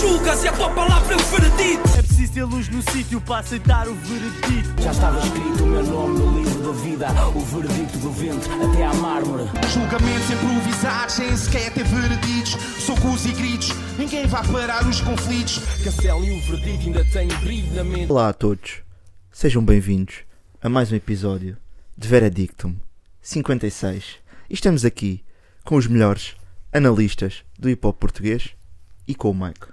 julgas e a tua palavra é o veredito. É preciso ter luz no sítio para aceitar o veredito. Já estava escrito o meu nome no livro da vida, o veredito do vento até à mármore. Julgamentos improvisados, sem sequer ter vereditos. Socos e gritos, ninguém vai parar os conflitos. Castelo e o veredito ainda têm brilho na mente. Olá a todos, sejam bem-vindos a mais um episódio de Veredictum 56. E estamos aqui com os melhores analistas do hip hop português e com o Mike.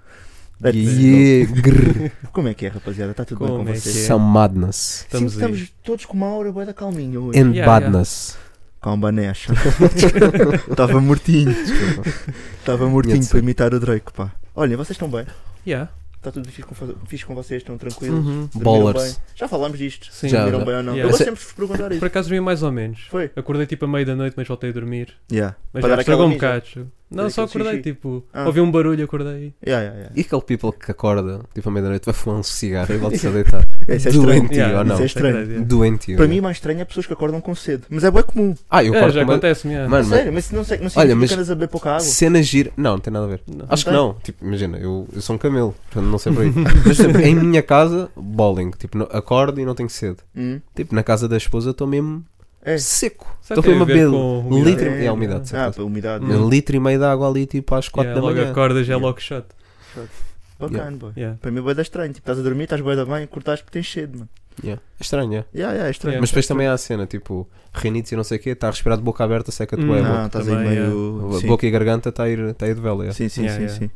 That's it, Yeah, grrr. então. Como é que é, rapaziada? Está tudo Como bem com é que vocês? é? São madness. Sim, Estamos aí. estamos todos com uma aura boa da calminha hoje. And Yeah, badness. Calma, Nash. Estava mortinho. Estava Tinha de mortinho ser. para imitar o Drake, pá. Olhem, vocês estão bem? Yeah. Está Tá tudo fixe com, fixe com vocês? Estão tranquilos? Uhum. Dormiram Ballers. bem? Já falámos disto. Sim. é- Já, Dormiram já. bem ou não? Yeah. Eu gosto Essa- sempre de vos perguntar isto. Por acaso dormi mais ou menos. Foi? Acordei tipo a meio da noite, mas voltei a dormir. Yeah. Mas Para já dar estragou um aquela bocado. Não, Fazer só aquele acordei, xixi. tipo, Ah. ouvi um barulho, acordei. Yeah, yeah, yeah. E aquele people que acorda, tipo à meia-noite, vai fumar um cigarro e volta-se a deitar. Isso é estranho. Doentio Yeah, ou não? isso é estranho. Acordei, Doentio. Para mim, mais estranho é pessoas que acordam com cedo. Mas é bué comum. Ah, eu yeah. É, acordo já com uma- acontece-me. yeah. Mano, Sério, mas não sei, não sei Olha, que mas- andas a beber pouca água. Cena gira. Não, não tem nada a ver. Não. Acho que tem? não. Tipo, imagina, eu, eu sou um camelo, portanto não sei por aí. Mas tipo, em minha casa, bowling. Tipo, não- acordo e não tenho sede. Hum. Tipo, na casa da esposa estou mesmo É. seco. Será Estou que tem mesmo a a ver beber com um litro. umidade? É, a umidade, Ah, certo. pela umidade. Um litro e meio de água ali, tipo, às 4 Yeah, da logo manhã. acordas, é Yeah. logo shot. Bacana, boy. Yeah. Para mim, bué da estranho. Tipo, estás a dormir, estás bué da bem, cortares porque tens cedo, mano. Yeah. É estranho, é. Yeah, yeah, é estranho. Mas depois também há a cena, tipo, rinites e não sei o quê, está a respirar de boca aberta, seca-te Hum. bué a Não, boca. estás aí também, meio. Sim. Boca e garganta está a ir, está a ir de vela. é. Sim, sim, Yeah, sim, yeah. sim.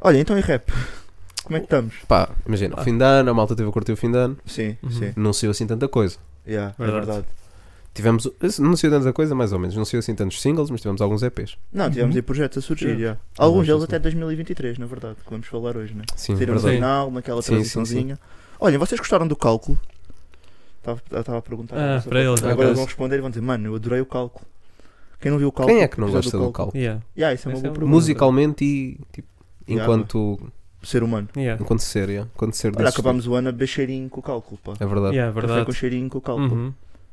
Olha, então e rap? Como é que estamos? Pá, imagina, Pá. fim de ano, a malta teve a curtir o fim de ano, Sim, Uhum. sim. não saiu assim tanta coisa. Yeah, é Verdade. verdade. Tivemos, não saiu tanta coisa, mais ou menos, não saiu assim tantos singles, mas tivemos alguns EPs. Não, tivemos aí projetos a surgir, Yeah. yeah. Não, Alguns Uhum. deles sim, até 2023, na verdade, que vamos falar hoje, né? Sim, Saíram no verdade. final, naquela Sim, sim, sim. transiçãozinha. Olhem, vocês gostaram do cálculo? Estava- eu Estava a perguntar. Ah, Nossa, para eles, Agora agora vão responder e vão dizer, mano, eu adorei o cálculo. Quem não viu o cálculo? Quem é que não precisa gosta do cálculo? Yeah. Yeah, isso é uma Essa boa é uma- pergunta. Musicalmente e, tipo, Yeah, enquanto, Ser humano. Yeah. enquanto ser, yeah, enquanto ser Olha, desses- acabámos o ano a beber cheirinho com o cálculo, pá. É verdade. Yeah, Café com verdade. cheirinho com o cálculo. Uhum.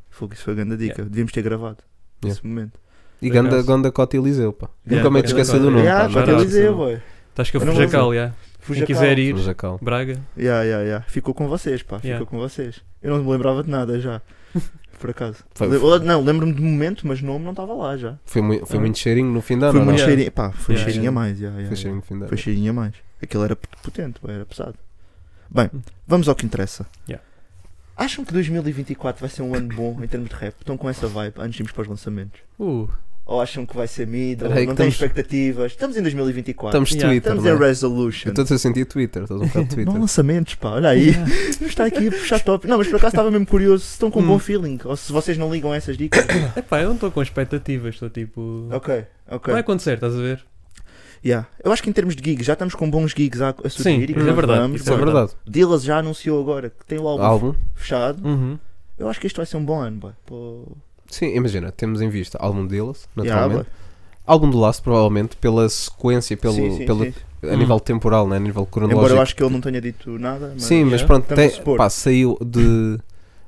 Fogo, isso foi a grande dica. Devíamos ter gravado Yeah. nesse momento. E Por Ganda, acaso. Ganda Cota e Eliseu, pá. Yeah, Nunca me Ganda esqueci Cota. do nome. yeah, pá, já já não é? te era? era dizer, assim. boy. Estás que a Eu não Fujacal, yeah. Fuja Quem quiser ir, Mas é calmo. Braga. Yeah, yeah, yeah. Ficou com vocês, pá. Ficou Yeah. com vocês. Eu não me lembrava de nada já. Por acaso. Foi- Le- ou- Não, lembro-me de momento, mas nome não estava lá já. Foi, mui- foi Ah. muito cheirinho no fim de ano, foi ou muito não? é? Yeah. cheirinho. Pá, foi Yeah. cheirinho a mais. Yeah, yeah, Foi yeah. cheirinho no fim de ano. Foi cheirinho a mais. Aquilo era p- potente, pá, era pesado. Bem, vamos ao que interessa. Yeah. Acham que 2024 vai ser um ano bom em termos de rap? Estão com essa vibe antes de irmos para os lançamentos? Uh, Ou acham que vai ser mid? Ou não Espera aí que têm estamos- expectativas? Estamos em 2024. Estamos Yeah. Twitter, Estamos não é? em resolution. Eu estou a sentir Twitter, estou um bocado Twitter. Não há lançamentos, pá, olha aí. Não está aqui a puxar top. Não, mas por acaso estava mesmo curioso se estão com um Hum. bom feeling ou se vocês não ligam a essas dicas. epá, eu não estou com expectativas, estou tipo. Hum. ok, ok. Vai acontecer, estás a ver? Yeah. Eu acho que em termos de gigs já estamos com bons gigs a, Sim, a surgir. e que isso é nós verdade, vamos, isso Isso é pá. verdade. Dillas já anunciou agora que tem o álbum Álbum? fechado. Uhum. Eu acho que este vai ser um bom ano, pá. Pô... Sim, imagina, temos em vista álbum deles, Yeah, naturalmente. bué. álbum do Last, provavelmente, pela sequência, pelo, Sim, sim, pelo, sim. a Hum. nível temporal, né? a nível Embora cronológico. eu acho que ele não tenha dito nada, mas Sim, mas Yeah. pronto, Estamos a tem- é. supor. pá, saiu de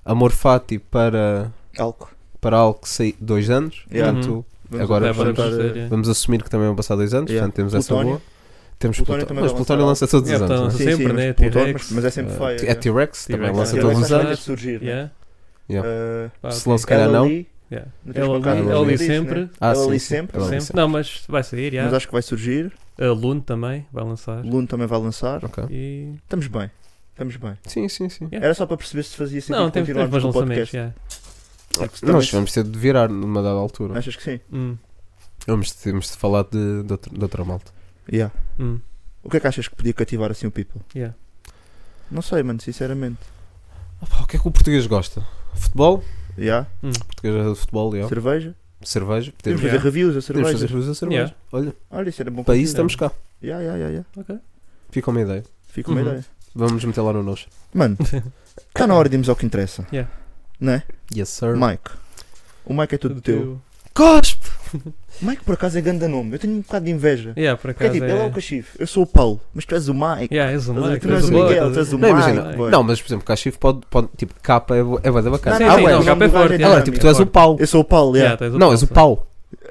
Amor Fati para, álcool. para algo que saiu dois anos, Yeah. portanto, Vamos Agora É, vamos vamos tentar, dizer, eh, yeah. vamos assumir que também vão passar dois anos, Yeah. portanto temos Plutónio. essa boa. Temos Plutónio Plutónio, também mas vai Plutónio lançar lança todos os Yeah, anos, então, né? Sim, Sempre, sim, né? mas, Plutónio, T-Rex. mas, mas é sempre Eh, feia. é T-Rex, também T-Rex, é lança yeah. todos os T-Rex, anos. de surgir, né? Yeah. Yeah. Eh, Pá, Se ok. lança- Se calhar ela não. ali, Yeah. não tens Ela colocado ali- o ela nome ali disso, né? sempre. Ah, Ela sim, ali sim, sempre, ela ali Sempre. sempre. Não, mas vai sair, já. mas acho que vai surgir. A Lune também vai lançar. Luno também vai lançar. Ok. E... Estamos bem. Estamos bem. Sim, sim, sim. Yeah. Era só para perceber se fazia sentido Não, temos temos continuarmos bons com o lançamentos. podcast. Yeah. Porque também Nós se- vamos ter de virar numa dada altura. Achas que sim? Hum, Vamos temos de falar de, de, outro- de outra malta. Yeah. hum, O que é que achas que podia cativar assim o people? yeah. Não sei, mano, sinceramente. Opa, o que é que o português gosta? Futebol? Yeah. O português gosta de futebol, yeah. Cerveja? cerveja. Podemos, Podemos fazer Yeah. reviews a podemos cerveja. fazer reviews da cerveja. Yeah. Olha, Olha, isso era bom para conteúdo. isso estamos cá. Yeah, yeah, yeah, yeah. Fica uma ideia. Fica uma Uhum. ideia. Vamos meter lá no nojo. Mano, está na hora de irmos ao que interessa. Yeah. Não é? Yes, sir. Mike. O Mike é tudo Tudo teu. Cospe! Mike, por acaso, é grande nome. Eu tenho um bocado de inveja. Yeah, por Porque é acaso tipo, ele é é... o Cachif, eu sou o Paulo, mas tu és o Mike. Yeah, és o Estás a ver? Mike, Tu não és és o boa, Miguel, tu estás és a- o Não, Mike. imagina. boy. Não, mas por exemplo, Cachif pode, pode. Tipo, capa é, bué- é bué da bacana. Sim, Ah, sim, ué, não, o o capa nome é do gajo forte. é yeah. Agora, tipo, tu és o pau. Eu sou o Paulo, yeah. Yeah, tu és o Não, és o Paulo. pau.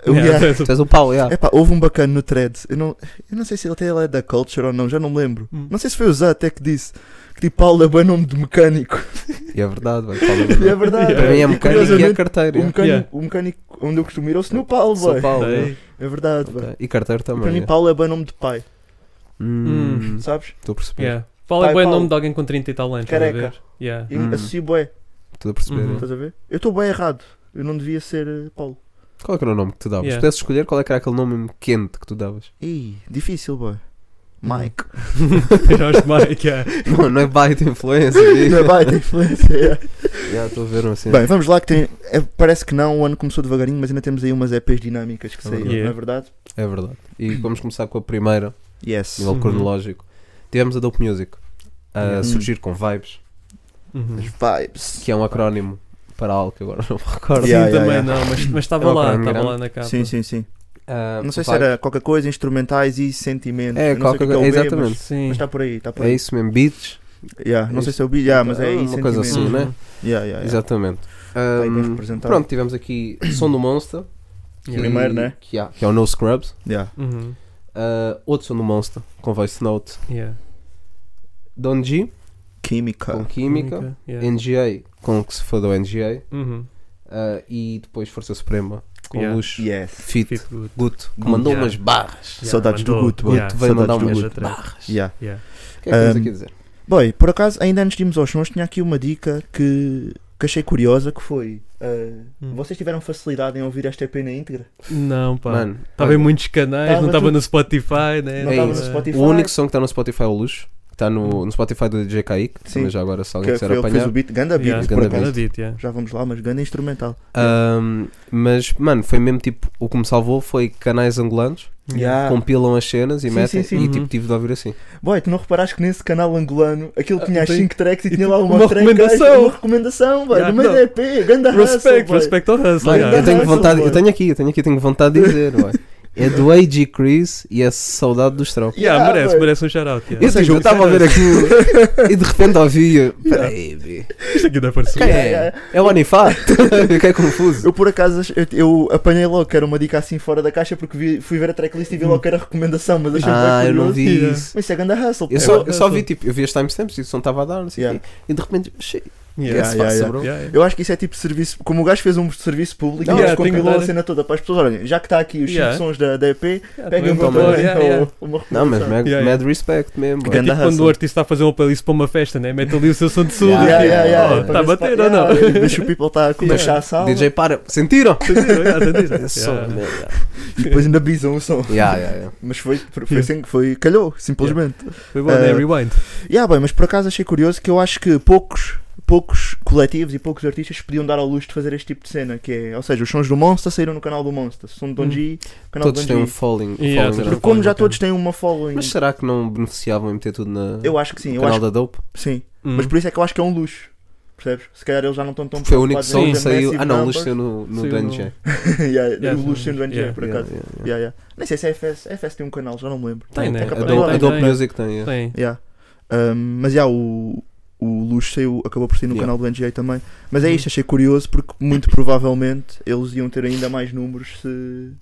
O Yeah, Ian- tu- Tu és o Paulo, yeah. Epá, houve um bacana no thread. Eu não, eu não sei se ele até ele é da Culture ou não, já não me lembro. Hum. Não sei se foi o Zé até que disse que tipo Paulo é bom nome de mecânico. E é verdade, vai, Paulo. E é verdade. Para mim é E mecânico e é curiosamente, carteiro. o yeah. mecânico, Yeah. o mecânico onde eu costumo ir é o Sr. Paulo, Sou boy. Paulo, yeah. Sei. É verdade, boy. Ok. E carteiro E também. Para mim, yeah. Paulo é bom nome de pai, Hum, sabes? Estou a perceber. Yeah. Paulo é Pai, bom Paulo. nome de alguém com 30 e tal anos, estás a Careca. ver? Yeah. E Hum. associo bué, Estou a perceber. Uhum. yeah. estás a ver? Eu estou bem errado. Eu não devia ser eh, Paulo. Qual é que era o nome que tu davas? Yeah. Se pudesses escolher, qual é que era aquele nome quente que tu davas? Ih, difícil, boy. Mike. Jorge Mike, yeah. não, não é baita influência. Não é bem, tem influência. yeah. Já estou a ver um assim. Bem, vamos lá que tem. é, parece que não, o ano começou devagarinho, mas ainda temos aí umas EPs dinâmicas que É saíram, verdade. não é verdade? É verdade. E vamos começar com a primeira, a Yes. nível Uhum. cronológico. Tivemos a Dope Music a Yeah. surgir com Vibes, Uhum. As vibes. que é um acrónimo para algo que agora não me recordo. Sim, Yeah, yeah, também yeah. não, mas mas estava É uma lá, crime estava grande. lá na capa. Sim, sim, sim. Ah, Não sei se Vibes. era qualquer coisa, instrumentais e sentimentos. É, Eu não sei o que qualquer coisa. é o B, mas- Exatamente. Sim. Mas está por aí, está por É aí. isso mesmo, Beats. Yeah, não É sei se é o beat, yeah, mas é isso. Uma coisa assim, sentimentos. né? Uhum. Yeah, yeah, yeah. Exatamente. Ah, Bem, bem representado. pronto, tivemos aqui Som do Monster. Yeah. que- Primeiro, né? Que, há- que é o No Scrubs. Yeah. Uhum. Ah, outro Som do Monster, com Voice Note. Yeah. Don G, com Química. Química. Yeah. NGA com o que se for do NGA Uhum. ah, e depois Força Suprema com Yeah. Luxo, Yes. Fit, Fico good. Guto, que mandou Yeah. umas barras. Yeah, Saudades do mandou. Guto, boy. Yeah. Guto veio mandar Saudades umas do Guto. barras. Yeah. Yeah. O que é que temos Um, aqui a dizer? Boy, por acaso, ainda antes de irmos aos sons, tinha aqui uma dica que, que achei curiosa, que foi... uh, Hum. Vocês tiveram facilidade em ouvir esta EP na íntegra? Não, pá. Mano, tá Estava em muitos canais, Tava não estava tudo- no Spotify, né? Não É estava no isso. Spotify? o único som que está no Spotify é o Luxo, que está no, no Spotify do DJ Kaique, Sim. também já agora se alguém Que quiser foi ele que fez apanhar. o beat. Ganda beat, Yeah. por Ganda acaso. Era dito, yeah. Já vamos lá, mas ganda instrumental. Ahm, mas, mano, foi mesmo tipo, o que me salvou foi canais angolanos Yeah. compilam as cenas e Ah. Sim, metem sim, sim. e Uhum. tipo tive de ouvir assim. Boy, tu não reparaste que nesse canal angolano aquilo tinha as Ah, tem- 5 tracks e tinha lá uma, uma track recomendação. extra, Uma recomendação, boy. Yeah, no meio não. da EP, ganda Respect, hustle, boy. respect ao Hustle. Mano, yeah. eu tenho Hustle, vontade, boy. eu tenho aqui, eu tenho aqui, tenho vontade de dizer, ué. É do AG Chris e é saudade dos Strokes. Yeah, Yeah, merece, boy. merece um shout-out. Eu Yeah. Ou seja, eu estava a ver aquilo e de repente ouvia. Peraí, bi, Isto aqui dá para quem ser. é? É o Anifá? Fiquei confuso. Eu por acaso ach- eu, eu apanhei logo que era uma dica assim fora da caixa porque vi- fui ver a tracklist Hum. e vi logo que era recomendação, mas achei Ah, bem eu não curioso. vi isso. Mas isso é ganda hustle. Eu pô. só, eu só vi, tipo, eu vi as timestamps e o som estava a dar, não sei o Yeah. quê. E de repente, shit, que é Yeah, se yeah, passa, yeah. bro? Yeah, yeah. Eu acho que isso é tipo serviço, como o gajo fez um serviço público, Não, ele yeah, tem que compilou dar- a cena toda para as pessoas, olhem, já que está aqui os cinco Yeah. sons da, da EP, Yeah, peguem também uma, toma, uma, yeah, yeah. uma recomendação. Não, mas mad, Yeah, mad respect mesmo. Que bro. É Ganda tipo quando hustle. o artista está a fazer uma playlist para uma festa, né? Mete ali o seu som de sul. Yeah, tipo, Yeah, yeah, yeah, Tá oh, yeah. Está a bater ou não? Yeah, é, Deixa o people estar a começar a sala DJ para, sentiram? Yeah. Esse som, man, yeah. e depois ainda bisam o som. Yeah, yeah, yeah. Mas foi, foi, assim sem- foi, calhou, simplesmente. Foi bom, né? Eh, Rewind. Yeah, bem, mas por acaso achei curioso que eu acho que poucos, poucos coletivos e poucos artistas podiam dar ao luxo de fazer este tipo de cena, que é, ou seja, os sons do Monster saíram no canal do Monster, som do Don G, canal Todos do têm Don um G. falling. Yeah, falling todos grande. têm um- Como já bacana. todos têm uma following, Mas será que não beneficiavam em meter tudo na, eu acho que sim, no eu canal acho, da Dope? que- sim. Hum. Mas por isso é que eu acho que é um luxo. Percebes? Se calhar eles já não estão tão Foi o único preocupados som em que fazer saiu. massive Ah, não, o Lux numbers. saiu no, no Saiu Dan no- J. Yeah, Yeah, o luxo sim. saiu no NJ, Yeah, por Yeah, acaso. yeah, yeah. Yeah, yeah. Nem sei se a FS, a FS tem um canal, já não me lembro. Tem, né? É capaz- Tem, Adult, tem, Adult tem. Music tem. é. Tem. Yeah. Um, mas já o, o Luz saiu, acabou por sair no Yeah. Uhum. canal do NGA também. Mas é isto, achei curioso porque muito provavelmente eles iam ter ainda mais números se.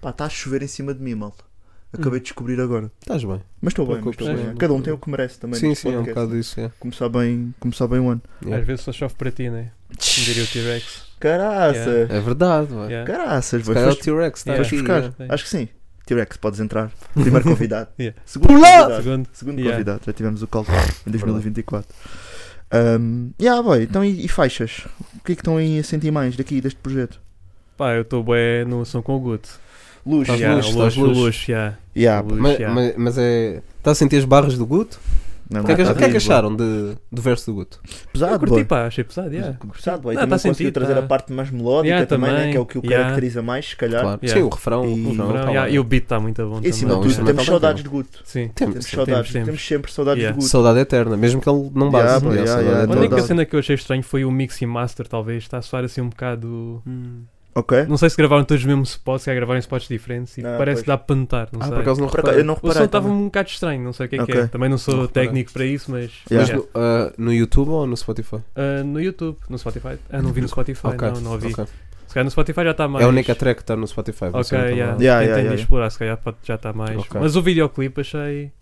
Pá, está a chover em cima de mim, malta. Acabei de descobrir agora. Estás bem. Mas estou bem, mas Hum. Preocupes, estou bem. não, Cada um não. tem o que merece também. Sim, neste sim, é um podcast, bocado né? isso. É. Começar bem, começar bem o ano. Às Yeah. vezes só chove para ti, né? Como diria o T-Rex. Caraças! Yeah. É verdade, ué. Yeah. Caraças, Se boy, calhar o foste- T-Rex está Yeah. aqui. buscar. yeah. Sim. Acho que sim. T-Rex, podes entrar. Primeiro convidado. Yeah. Segundo convidado. Segundo. Segundo Yeah. convidado. Já tivemos o Caldo em 2024. Um, yeah, boy. Então, e, e faixas? O que é que estão aí a sentir mais daqui, deste projeto? Pá, eu estou bem no som com o Guto. Luz. Estás Yeah, luxo, o estás luxo, o luxo. luxo, yeah. Yeah, Luz, Mas, yeah. mas, mas é. Está a sentir as barras do Guto? Não, O que é que, tá o que é que bem, boy. acharam de, do verso do Guto? Pesado, eu boy. É. curti, pá, achei pesado, yeah. Pesado, boy. Não, também tá conseguiu sentido, trazer tá. a parte mais melódica Yeah, também, né, também. que é o que o Yeah. caracteriza mais, se calhar. Claro. Yeah. Sim, o refrão. E- o refrão, Verão, tá yeah, lá. E o beat está muito bom E, em cima Não, também. de isso também tudo, temos tá bom, saudades de Guto. Sim. Temos, Temos temos. saudades, temos. temos sempre saudades Yeah. de Guto. Saudade eterna, mesmo que ele não base. Yeah, boy, yeah, É, yeah, A Não única dá. cena que eu achei estranho foi o mix e master, talvez. Está a soar assim um bocado. Hum. Ok? Não sei se gravaram todos os mesmos spots, se calhar gravaram em spots diferentes e Não, parece pois. que dá para notar, não Ah, sei. por acaso não Por acaso, reparei. eu não O reparei. som estava também. um bocado estranho, não sei o que é que Ok. é. Também não sou Não reparei. técnico para isso, mas. Mas Yeah. no, ah, no YouTube ou no Spotify? Ah, no YouTube, no Spotify. Ah, não vi no Spotify, Ok, não, não ouvi. ok. Se calhar no Spotify já está mais. É a única track que está no Spotify. não Ok, sei, então, yeah. não- Yeah, yeah, Quem tem yeah. de explorar, se calhar pode- já está mais. Ok. Mas o videoclipe achei.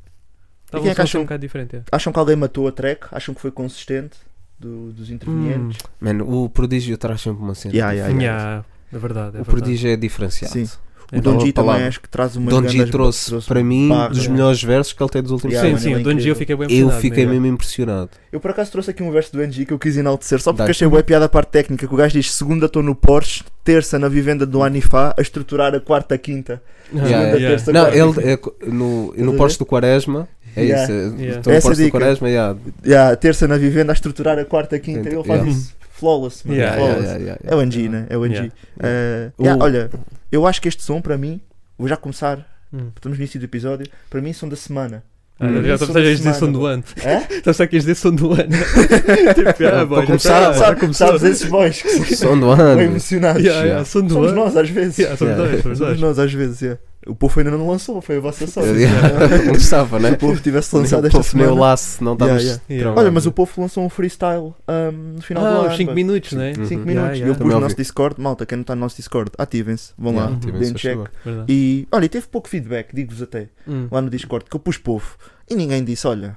Estava quem é um som que achou? um bocado diferente. é. Acham que alguém matou a track? Acham que foi consistente do- dos intervenientes? Mano, o prodígio traz sempre uma cena. Yeah, yeah, yeah. Yeah, é verdade. É O verdade. prodígio é diferenciado. Sim. É O Don uma G também palavra. acho que traz uma Don grande um G trouxe, para mim barra, dos yeah. melhores versos que ele tem dos últimos Yeah, Sim, anos. mano, sim, ele é o Dungeon incrível. eu fiquei bem Eu impressionado, fiquei né? mesmo impressionado. Eu por acaso trouxe aqui um verso do NG que eu quis enaltecer só porque Dá-lhe. achei boa piada a parte técnica que o gajo diz segunda estou no Porsche, terça na vivenda do Anifá a estruturar a quarta quinta. Yeah, Yeah, yeah. terça, Não, quarta. ele é co- no, a no ver? posto do Quaresma. É Yeah. isso. é- Yeah. Estou no Essa posto do dica. Quaresma. Yeah. Yeah, terça na vivenda a estruturar a quarta quinta. Ele faz Yeah. isso flawless, mano, Yeah, flawless. Yeah, yeah, yeah, É yeah. o NG, né? É o NG. Yeah. Eh, yeah, O- Olha, eu acho que este som para mim, vou já começar, Hum. estamos no início do episódio, para mim são da semana. É? Ah, já Isso estamos a dizer semana, som do bro. ano. Hã? Estamos a dizer som do ano. Tipo, ah, boy, já começar, está, Sabe- já sabe- começou. sabes esses boys que são Som do bem ano. emocionados. Yeah, yeah, Yeah. som do Somos ano. nós às vezes. Yeah, somos Yeah. nós, somos Somos nós. nós às vezes, yeah. O povo ainda não lançou, foi a vossa sorte. Yeah. Não estava, Se né? o povo tivesse lançado O esta povo nem o semana. laço, não tá Yeah, estávamos. yeah. Yeah. Olha, mas o povo lançou um freestyle ahm, no final do Ah, ano. os 5 minutos, né? Uhum. 5 Yeah, yeah. minutos. E eu pus Também no ouvi. nosso Discord. Malta, quem não está no nosso Discord, ativem-se. Vão Yeah, é lá, tivem-se, deem faz check. favor. Verdade. E olha, e teve pouco feedback, digo-vos até, Hum. lá no Discord, que eu pus povo. E ninguém disse, olha,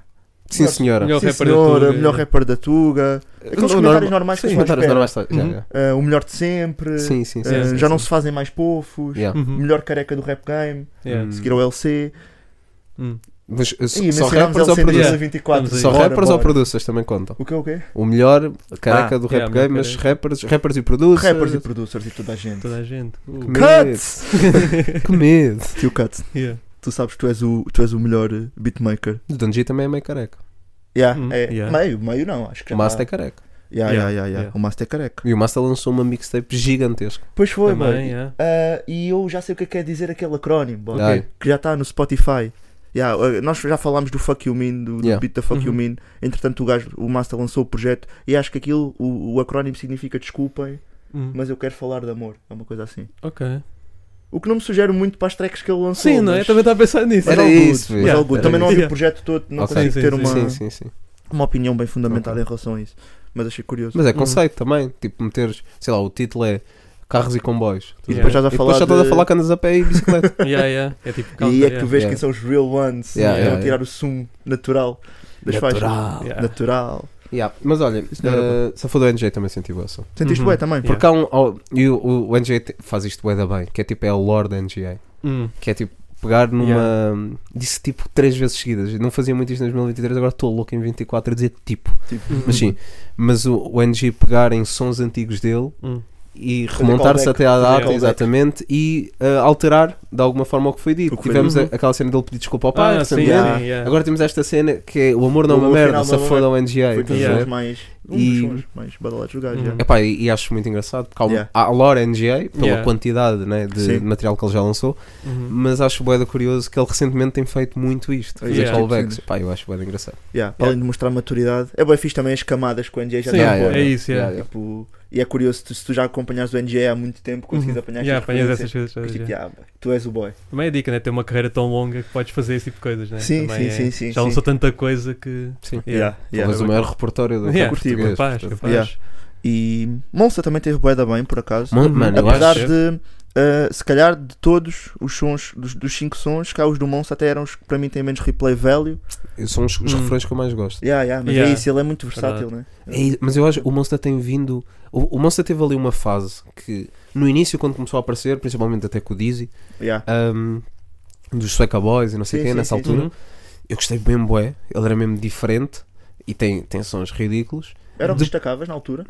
Sim, senhora. Melhor sim, rapper da senhora, Tuga. melhor rapper da Tuga, aqueles O comentários norma- normais que Sim, a gente comentários espera. normais. tá- yeah, Uhum. yeah. ah, o melhor de sempre, Sim, sim, ah, sim. sim, já sim, não sim. se fazem mais pofos, Yeah. Uhum. melhor careca do rap game, Yeah. Hum. É. Uhum. seguir ao LC. Hum. Mas uh, E só mencionámos rappers ou LC no producers? 2024. Vamos aí. Só Bora, rappers ou bora. producers também contam? O que é o quê? O melhor careca do Ah, rap yeah, melhor game, mas careca. rappers, rappers e producers. Rappers e producers e tipo, toda a gente. Toda a gente. Uh, Que medo. que medo. Tio Cut, yeah. tu sabes que tu és o, tu és o melhor eh, beatmaker. O Danji também é meio careca. Yeah, Hum, é, yeah. Meio, meio não, acho que já O Master é tá. careca. yeah, yeah, yeah, yeah. Yeah. O Master é careca. E o Master lançou uma mixtape gigantesca. Pois foi, mano. Também, yeah. Ah, e eu já sei o que é que quer dizer aquele acrónimo, bora. Ai. que já está no Spotify. Yeah, uh, nós já falámos do Fuck You Mean, do, do Yeah. beat da Fuck You Uhum. Mean. Entretanto, o gajo, o Master lançou o projeto e acho que aquilo, o, o acrónimo significa desculpem, Hum. mas eu quero falar de amor. É uma coisa assim. Ok. O que não me sugere muito para as tracks que ele lançou. Sim, não é? mas- Também estava a pensar nisso. mas Era ao isso, good, mesmo. mas Yeah. ao good. Era Também não isso. ouvi o projeto todo, não Ok. consigo Sim, ter sim, uma, Sim, sim, sim. uma opinião bem fundamentada Ok. em relação a isso. Mas achei curioso. Mas é Uhum. conceito também. Tipo, meteres, sei lá, o título é Carros e Comboios. E depois Yeah. estás a E depois falar. já estás a de- falar que andas a pé e bicicleta. Yeah, yeah. É tipo E counter, é que tu vês Yeah. quem são os real ones. Yeah, que yeah, vão tirar o sumo natural das faixas. Natural. yeah. Yeah. Natural. Yeah. Mas olha, Isso não era uh, se for do NJ também senti boa ação. Sentiste Uhum. bem também? Yeah. Porque há um. há- e o, o NJ te- faz isto bué da bem, que é tipo, é o lore da NGA. Hum. Que é tipo, pegar numa. Disse tipo três vezes seguidas. Não fazia muito isto em 2023, agora estou louco em 24 a dizer tipo. Tipo, Hum. Mas sim, mas o, o NG pegar em sons antigos dele Hum. e Fazer remontar-se callback, até à fazer data, callback. exatamente, e ah, alterar de alguma forma o que foi dito. O que foi Tivemos dito. a- aquela cena dele pedir desculpa ao pai, Ah, sim, recentemente. yeah. sim, yeah. agora temos esta cena que é o amor O não é uma amor merda, final se não é foi uma da NGA. Foi estás Yeah. a dos ver? mais, um E- dos sons mais badalados do gajo. Uhum. já. Epá, e, e acho muito engraçado porque há, uma- Yeah. há a lore NGA pela Yeah. quantidade né, de Sim. material que ele já lançou, Uhum. mas acho boeda curioso que ele recentemente tem feito muito isto. Fazer Yeah. callbacks. Pá, eu acho boeda engraçado. Yeah, para Além de mostrar maturidade, é bem fixe também as camadas que o NJ já Sim, tem Yeah, agora. é isso, yeah. Yeah, Tipo, e é curioso, se tu- se tu já acompanhares o NJ há muito tempo, consegues Uhum. apanhar Yeah, estas apanhas referências, essas coisas. mas todas, tipo, yeah. yeah, boy, tu és o boy. Também é dica, né? Ter uma carreira tão longa que podes fazer esse tipo de coisas, né? Sim, Também sim, é- sim, sim, Já lançou tanta coisa que. Sim. Yeah. Yeah, yeah. Mas o maior repertório do Yeah. yeah. português. Capaz, portanto. capaz. Yeah. E Monster também teve bué da bem, por acaso. Mon- Mano, eu Apesar acho. acho- de, uh, se calhar, de todos os sons, dos, dos cinco sons, cá os do Monster até eram os que para mim têm menos replay value. São os, os Hum. refrões que eu mais gosto. Yeah, yeah, mas Yeah. é isso, ele é muito versátil, né? É isso, mas eu acho que o Monster tem vindo. O, o Monster teve ali uma fase que, no início, quando começou a aparecer, principalmente até com o Dizzy, Yeah. ahm, dos Sueca Boys e não sei Sim, quem, sim, nessa sim, altura, Uhum. eu gostei bem, bué. Ele era mesmo diferente e tem, tem sons ridículos. Era o que De- destacavas na altura?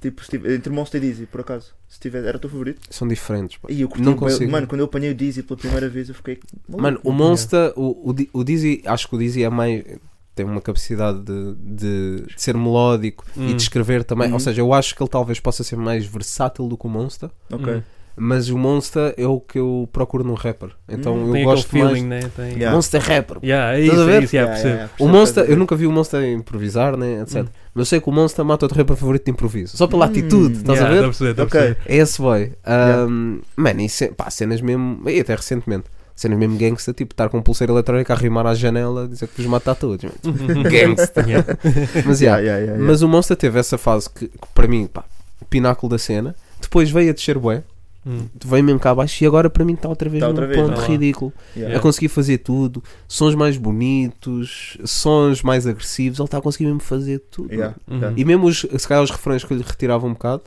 Tipo, se tive- entre Monster e Dizzy, por acaso. Se tivesse, era o teu favorito? São diferentes. pá. E eu curti Não bué- consigo. Mano, quando eu apanhei o Dizzy pela primeira vez, eu fiquei. maluco. Mano, o Monster, o, o, Di- o Dizzy, acho que o Dizzy é mais. Tem uma capacidade de, de- de ser melódico e Hum. de escrever também. Uhum. Ou seja, eu acho que ele talvez possa ser mais versátil do que o Monster. Ok. Hum. Mas o Monster é o que eu procuro num rapper. Então Hum. eu Tem aquele gosto feeling, mais. né? Tem... Yeah. Monster rapper. Yeah, é Estás isso, a é ver? isso, yeah, percebo. O Monster, eu nunca vi o Monster improvisar, né, etc. Hum. Mas eu sei que o Monster mata o teu rapper favorito de improviso. Só pela Hum. atitude, estás Yeah, a dá ver? perceber, dá Ok. perceber. É esse boy. Yeah. Ahm, Mano, e ce- pá, cenas mesmo. E até recentemente. Cenas mesmo gangsta, tipo, estar com pulseira eletrónica a rimar à janela, dizer que vos mata a todos. gangsta. Yeah. Mas, yeah. Yeah, yeah, yeah, yeah. Mas o Monster teve essa fase que, que para mim, pá, pináculo da cena. Depois veio a descer bué, Hum. veio mesmo cá abaixo e agora para mim está outra vez Tá num outra vez, ponto tá lá. ridículo. Yeah. A conseguir fazer tudo, sons mais bonitos, sons mais agressivos, ele está a conseguir mesmo fazer tudo. Yeah. Yeah. Uhum. E mesmo os, se calhar os refrões que eu lhe retirava um bocado,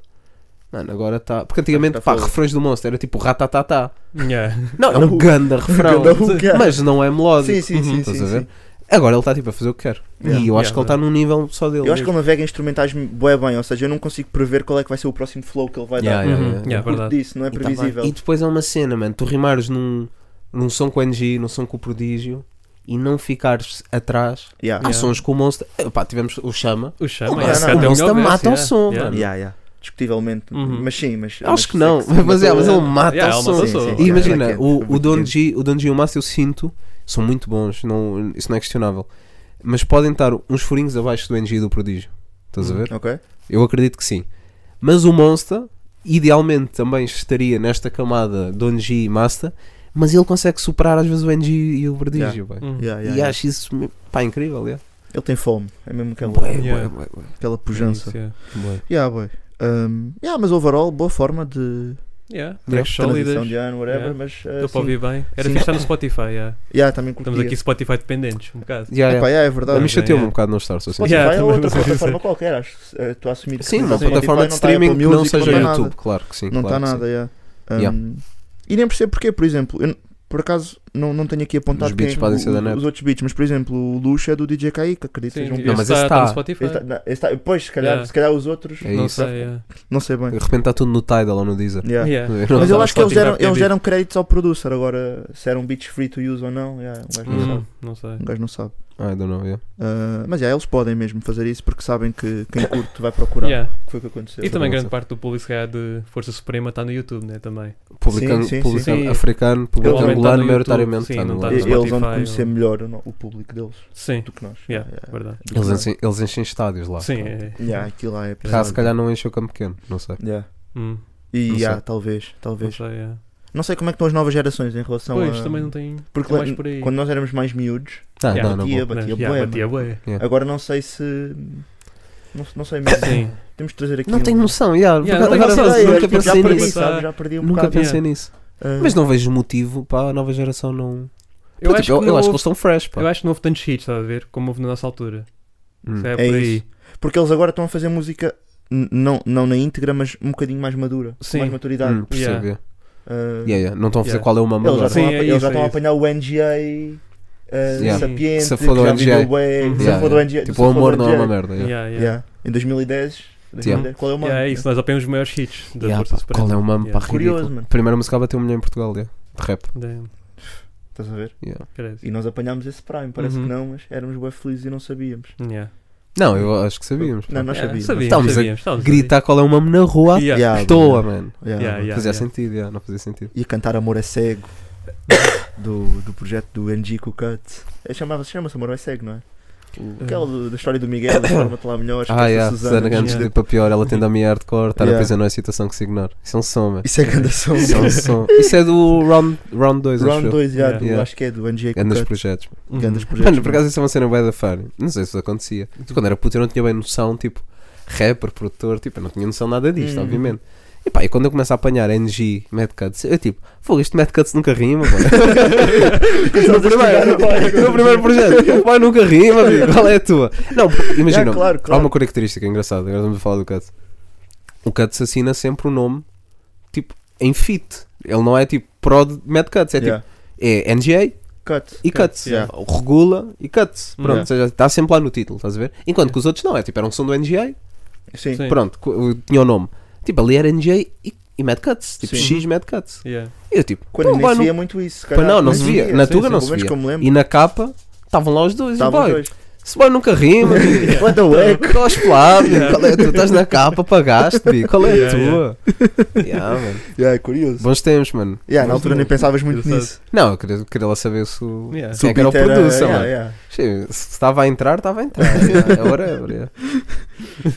mano, agora está. Porque antigamente, Tá pá, fogo. refrões do Monster era tipo ratatatá. Yeah. Não, é um Um ganda refrão, ganda hook. mas não é melódico. Sim, Uhum. sim, sim, Estás sim, a ver? sim. Agora ele está tipo a fazer o que quer. Yeah. E eu acho Yeah, que ele está num nível só dele. Eu acho que ele navega em instrumentais bué bem, ou seja, eu não consigo prever qual é que vai ser o próximo flow que ele vai Yeah, dar. yeah, Uhum. yeah. Yeah, Curto verdade. disso, não é E tá previsível. bem. E depois é uma cena, mano. Tu rimares num, num som com o NG, num som com o Prodígio e não ficares atrás. Há Yeah. Yeah. sons com o Monster. eh, Pá, tivemos o Chama. O chama, Não, yeah, não, até o melhor Monster verso, mata o yeah. som, Yeah. mano. Yeah, yeah. Discutivelmente, Uhum. mas sim, mas mas tá Acho que não. sei Mas, é, mas ele matou- mata Yeah, o ele som. matou o Sim, som. sim. E Yeah, imagina, yeah, o, yeah. o Don G, o Don G e o Massa, eu sinto, são muito bons, não, isso não é questionável. Mas podem estar uns furinhos abaixo do NG e do Prodígio. Estás a ver? Ok? Eu acredito que sim. Mas o Monster, idealmente, também estaria nesta camada Don G e Masta, mas ele consegue superar às vezes o NG e o Prodígio. pá. Uhum. Ah, Yeah, yeah, e yeah. acho isso me- pá, incrível. Yeah. Ele tem fome, é mesmo aquela, Bué, Yeah. bué, bué, bué. aquela É pujança. isso, yeah. Yeah, boy. Um, yeah, mas overall, boa forma de Yeah, Yeah. tracks transição sólidas. de ano, whatever, Yeah. mas. Uh, Deu para sim. ouvir bem. Era Sim. fixe estar no Spotify. yeah. Yeah, também curtia. Estamos aqui Spotify dependentes, um bocado. Yeah, yeah. Epá, yeah, é A verdade. mim Mas- chateou-me Yeah. um bocado não estar só assim. Spotify Yeah, é também vou outra ser plataforma sincero. qualquer, acho. que, eh, tu a assumir que Sim, no uma Spotify plataforma não de tá Apple streaming que não Music, seja tá YouTube, nada. claro que sim. Não está claro que sim. nada, yeah. Um, Yeah. E nem percebo porquê, por exemplo, eu, n- por acaso não, não tenho aqui apontado Os beats quem é podem que- ser da o- net. os outros beats, mas por exemplo, o Luxo é do DJ Kaique, acredito que Sim, seja um esse Não, mas tá- esse tá no tá. Spotify. Este tá- não, este tá- pois, se calhar, Yeah. se calhar os outros, É Não isso. sei. yeah. não sei bem. De repente está tudo no Tidal ou no Deezer. Yeah. Yeah. Eu não Mas eu sei. Não, acho que eles Spotify deram, tem eles beat. deram créditos ao producer, agora se eram beats free to use ou não, yeah, um gajo não Hum. Uhum, sabe. Não sei. Um gajo não sabe. I don't know, yeah. Ah, mas yeah, eles podem mesmo fazer isso porque sabem que quem curte vai procurar. Yeah. que foi o que aconteceu. E também não grande sei. parte do público se calhar, de Força Suprema está no YouTube, né? Também. Publicano, sim, publicano sim. africano, publicano Provavelmente tá angolano, no maioritariamente YouTube, tá sim, no não tá E- lado. no Eles, Eles vão Spotify, conhecer ou- melhor o, no- o público deles Sim. do que nós. Yeah, verdade. Do que nós. enchem, eles enchem estádios lá. Sim, pá. é. Yeah, aquilo lá é Já se pesado. calhar não encheu o campo pequeno, não sei. Yeah. Hum, E Não sei. yeah, talvez, não talvez. sei, yeah. Não sei como é que estão as novas gerações em relação Pois, a. também não tem. Porque é mais lá- por aí. quando nós éramos mais miúdos, Tá, Yeah. não, não, batia, bom. batia, Yeah, bué, batia mano. bué. Yeah. Agora não sei se. Não, não sei mesmo. Sim. Temos de trazer aqui. Não um... tenho noção, yeah, Yeah, porque não agora tenho noção, nunca tipo, já pensei perdi, nisso. sabe? Já perdi um Nunca bocado. yeah. pensei nisso. Ah, Mas não vejo motivo para a nova geração não. Eu Pô, acho tipo, eu, eu acho que não que houve- eles estão fresh, eu pá. acho que não houve tantos hits, estás a ver? Como houve na nossa altura. Hum. Se é, É por aí. Porque eles agora estão a fazer música. n- Não, não na íntegra, mas um bocadinho mais madura, Sim. com mais maturidade. Hum, Percebo, Yeah. yeah. Ah, Yeah, yeah. Não estão a fazer Yeah. qual é uma Eles já melhor. Sim, estão a, é apa- eles isso, já estão é a isso. apanhar o NGA uh, Yeah. sapiente, Se for do que já NGA. viveu bué, Uhum. se Yeah, for do yeah. NGA, se Tipo, o for do amor não é NGA. uma merda. yeah. Yeah, yeah. Yeah. Em 2010, Yeah. qual é o Yeah, nome? é isso, nós apanhamos os maiores hits da Yeah, Força pá, Suprema. Qual é o mamo Yeah. para Curioso, ridículo? mano. Primeira música bateu um milhão em Portugal, yeah. de rap. Damn, Estás a ver? yeah. credo. E nós apanhámos esse prime, parece Uhum. que não, mas éramos bem felizes e não sabíamos. Yeah. Não, eu acho que sabíamos. pá. Não, nós Yeah, sabíamos. Estamos a sabíamos, estamos a Gritar qual é o mamo na rua, Yeah. Yeah, à toa, mano. yeah. Yeah, yeah. fazia sentido, yeah, não fazia sentido. E a cantar Amor é Cego do, do projeto do NG Cut. Chamava-se chama-se Amor é Cego, não é? Uhum. O- Aquela do- da história do Miguel, da forma-te lá melhor, esquece Ah, a yeah, Susana. Susana Gantz Yeah. de para pior, ela tende a meia hardcore, estar é Yeah. a pensar não é situação que se ignora. Isso é um som, mano. Isso é candação. Isso é um som. Isso é do round 2, round dois, Round acho 2, Yeah. Yeah. acho que é do NG eu. É nos Cut. projetos. mano. Uhum. Grandes projetos. Mano, por acaso isso é uma cena bem da fun. Não sei se isso acontecia. Tipo, Mas Quando era puto eu não tinha bem noção, tipo, rapper, produtor, tipo, eu não tinha noção nada disto, Hum. obviamente. E pá, e quando eu começo a apanhar NG, Mad Cuts, eu tipo, fogo, este Mad Cuts nunca rima, mano. no, primeiro, no primeiro projeto, pá, nunca rima, amigo, qual é a tua? Não, porque, imagina, Yeah, claro, há claro. uma característica engraçada, agora estamos a falar do Cuts. O Cuts assina sempre o nome, tipo, em fit. Ele não é tipo prod Mad Cuts, é Yeah. tipo, é NGA, Cut. e cuts. yeah. Regula e cuts. Pronto, Yeah. ou seja, está sempre lá no título, estás a ver? Enquanto que os outros não, é tipo, era um som do NGA, Sim. Sim. pronto, co- tinha o nome. Tipo, ali era NGA e, e Mad Cuts, tipo Sim. X Mad Cuts. Yeah. E eu tipo, Quando pô, nem vai se no- via é muito isso. se Pá, calhar. não, não Nem se via, na sim, Tuga sim, não pelo se menos via. que eu me lembro. E na capa estavam lá os dois, e Estavam os boy, dois. se boy nunca rima, What the heck? qual é lá, Yeah. qual é a tua? Estás na capa, pagaste, bi, qual é a Yeah, tua? Yeah, mano. Yeah, é curioso. Bons tempos, mano. Yeah, na Bons altura nem tempos. pensavas muito Engraçado. nisso. Não, eu queria, queria lá saber se o. Yeah. Quem é que era o Beat producer, yeah, mano? yeah. Sim, Se estava a entrar, estava a entrar. yeah, whatever, yeah.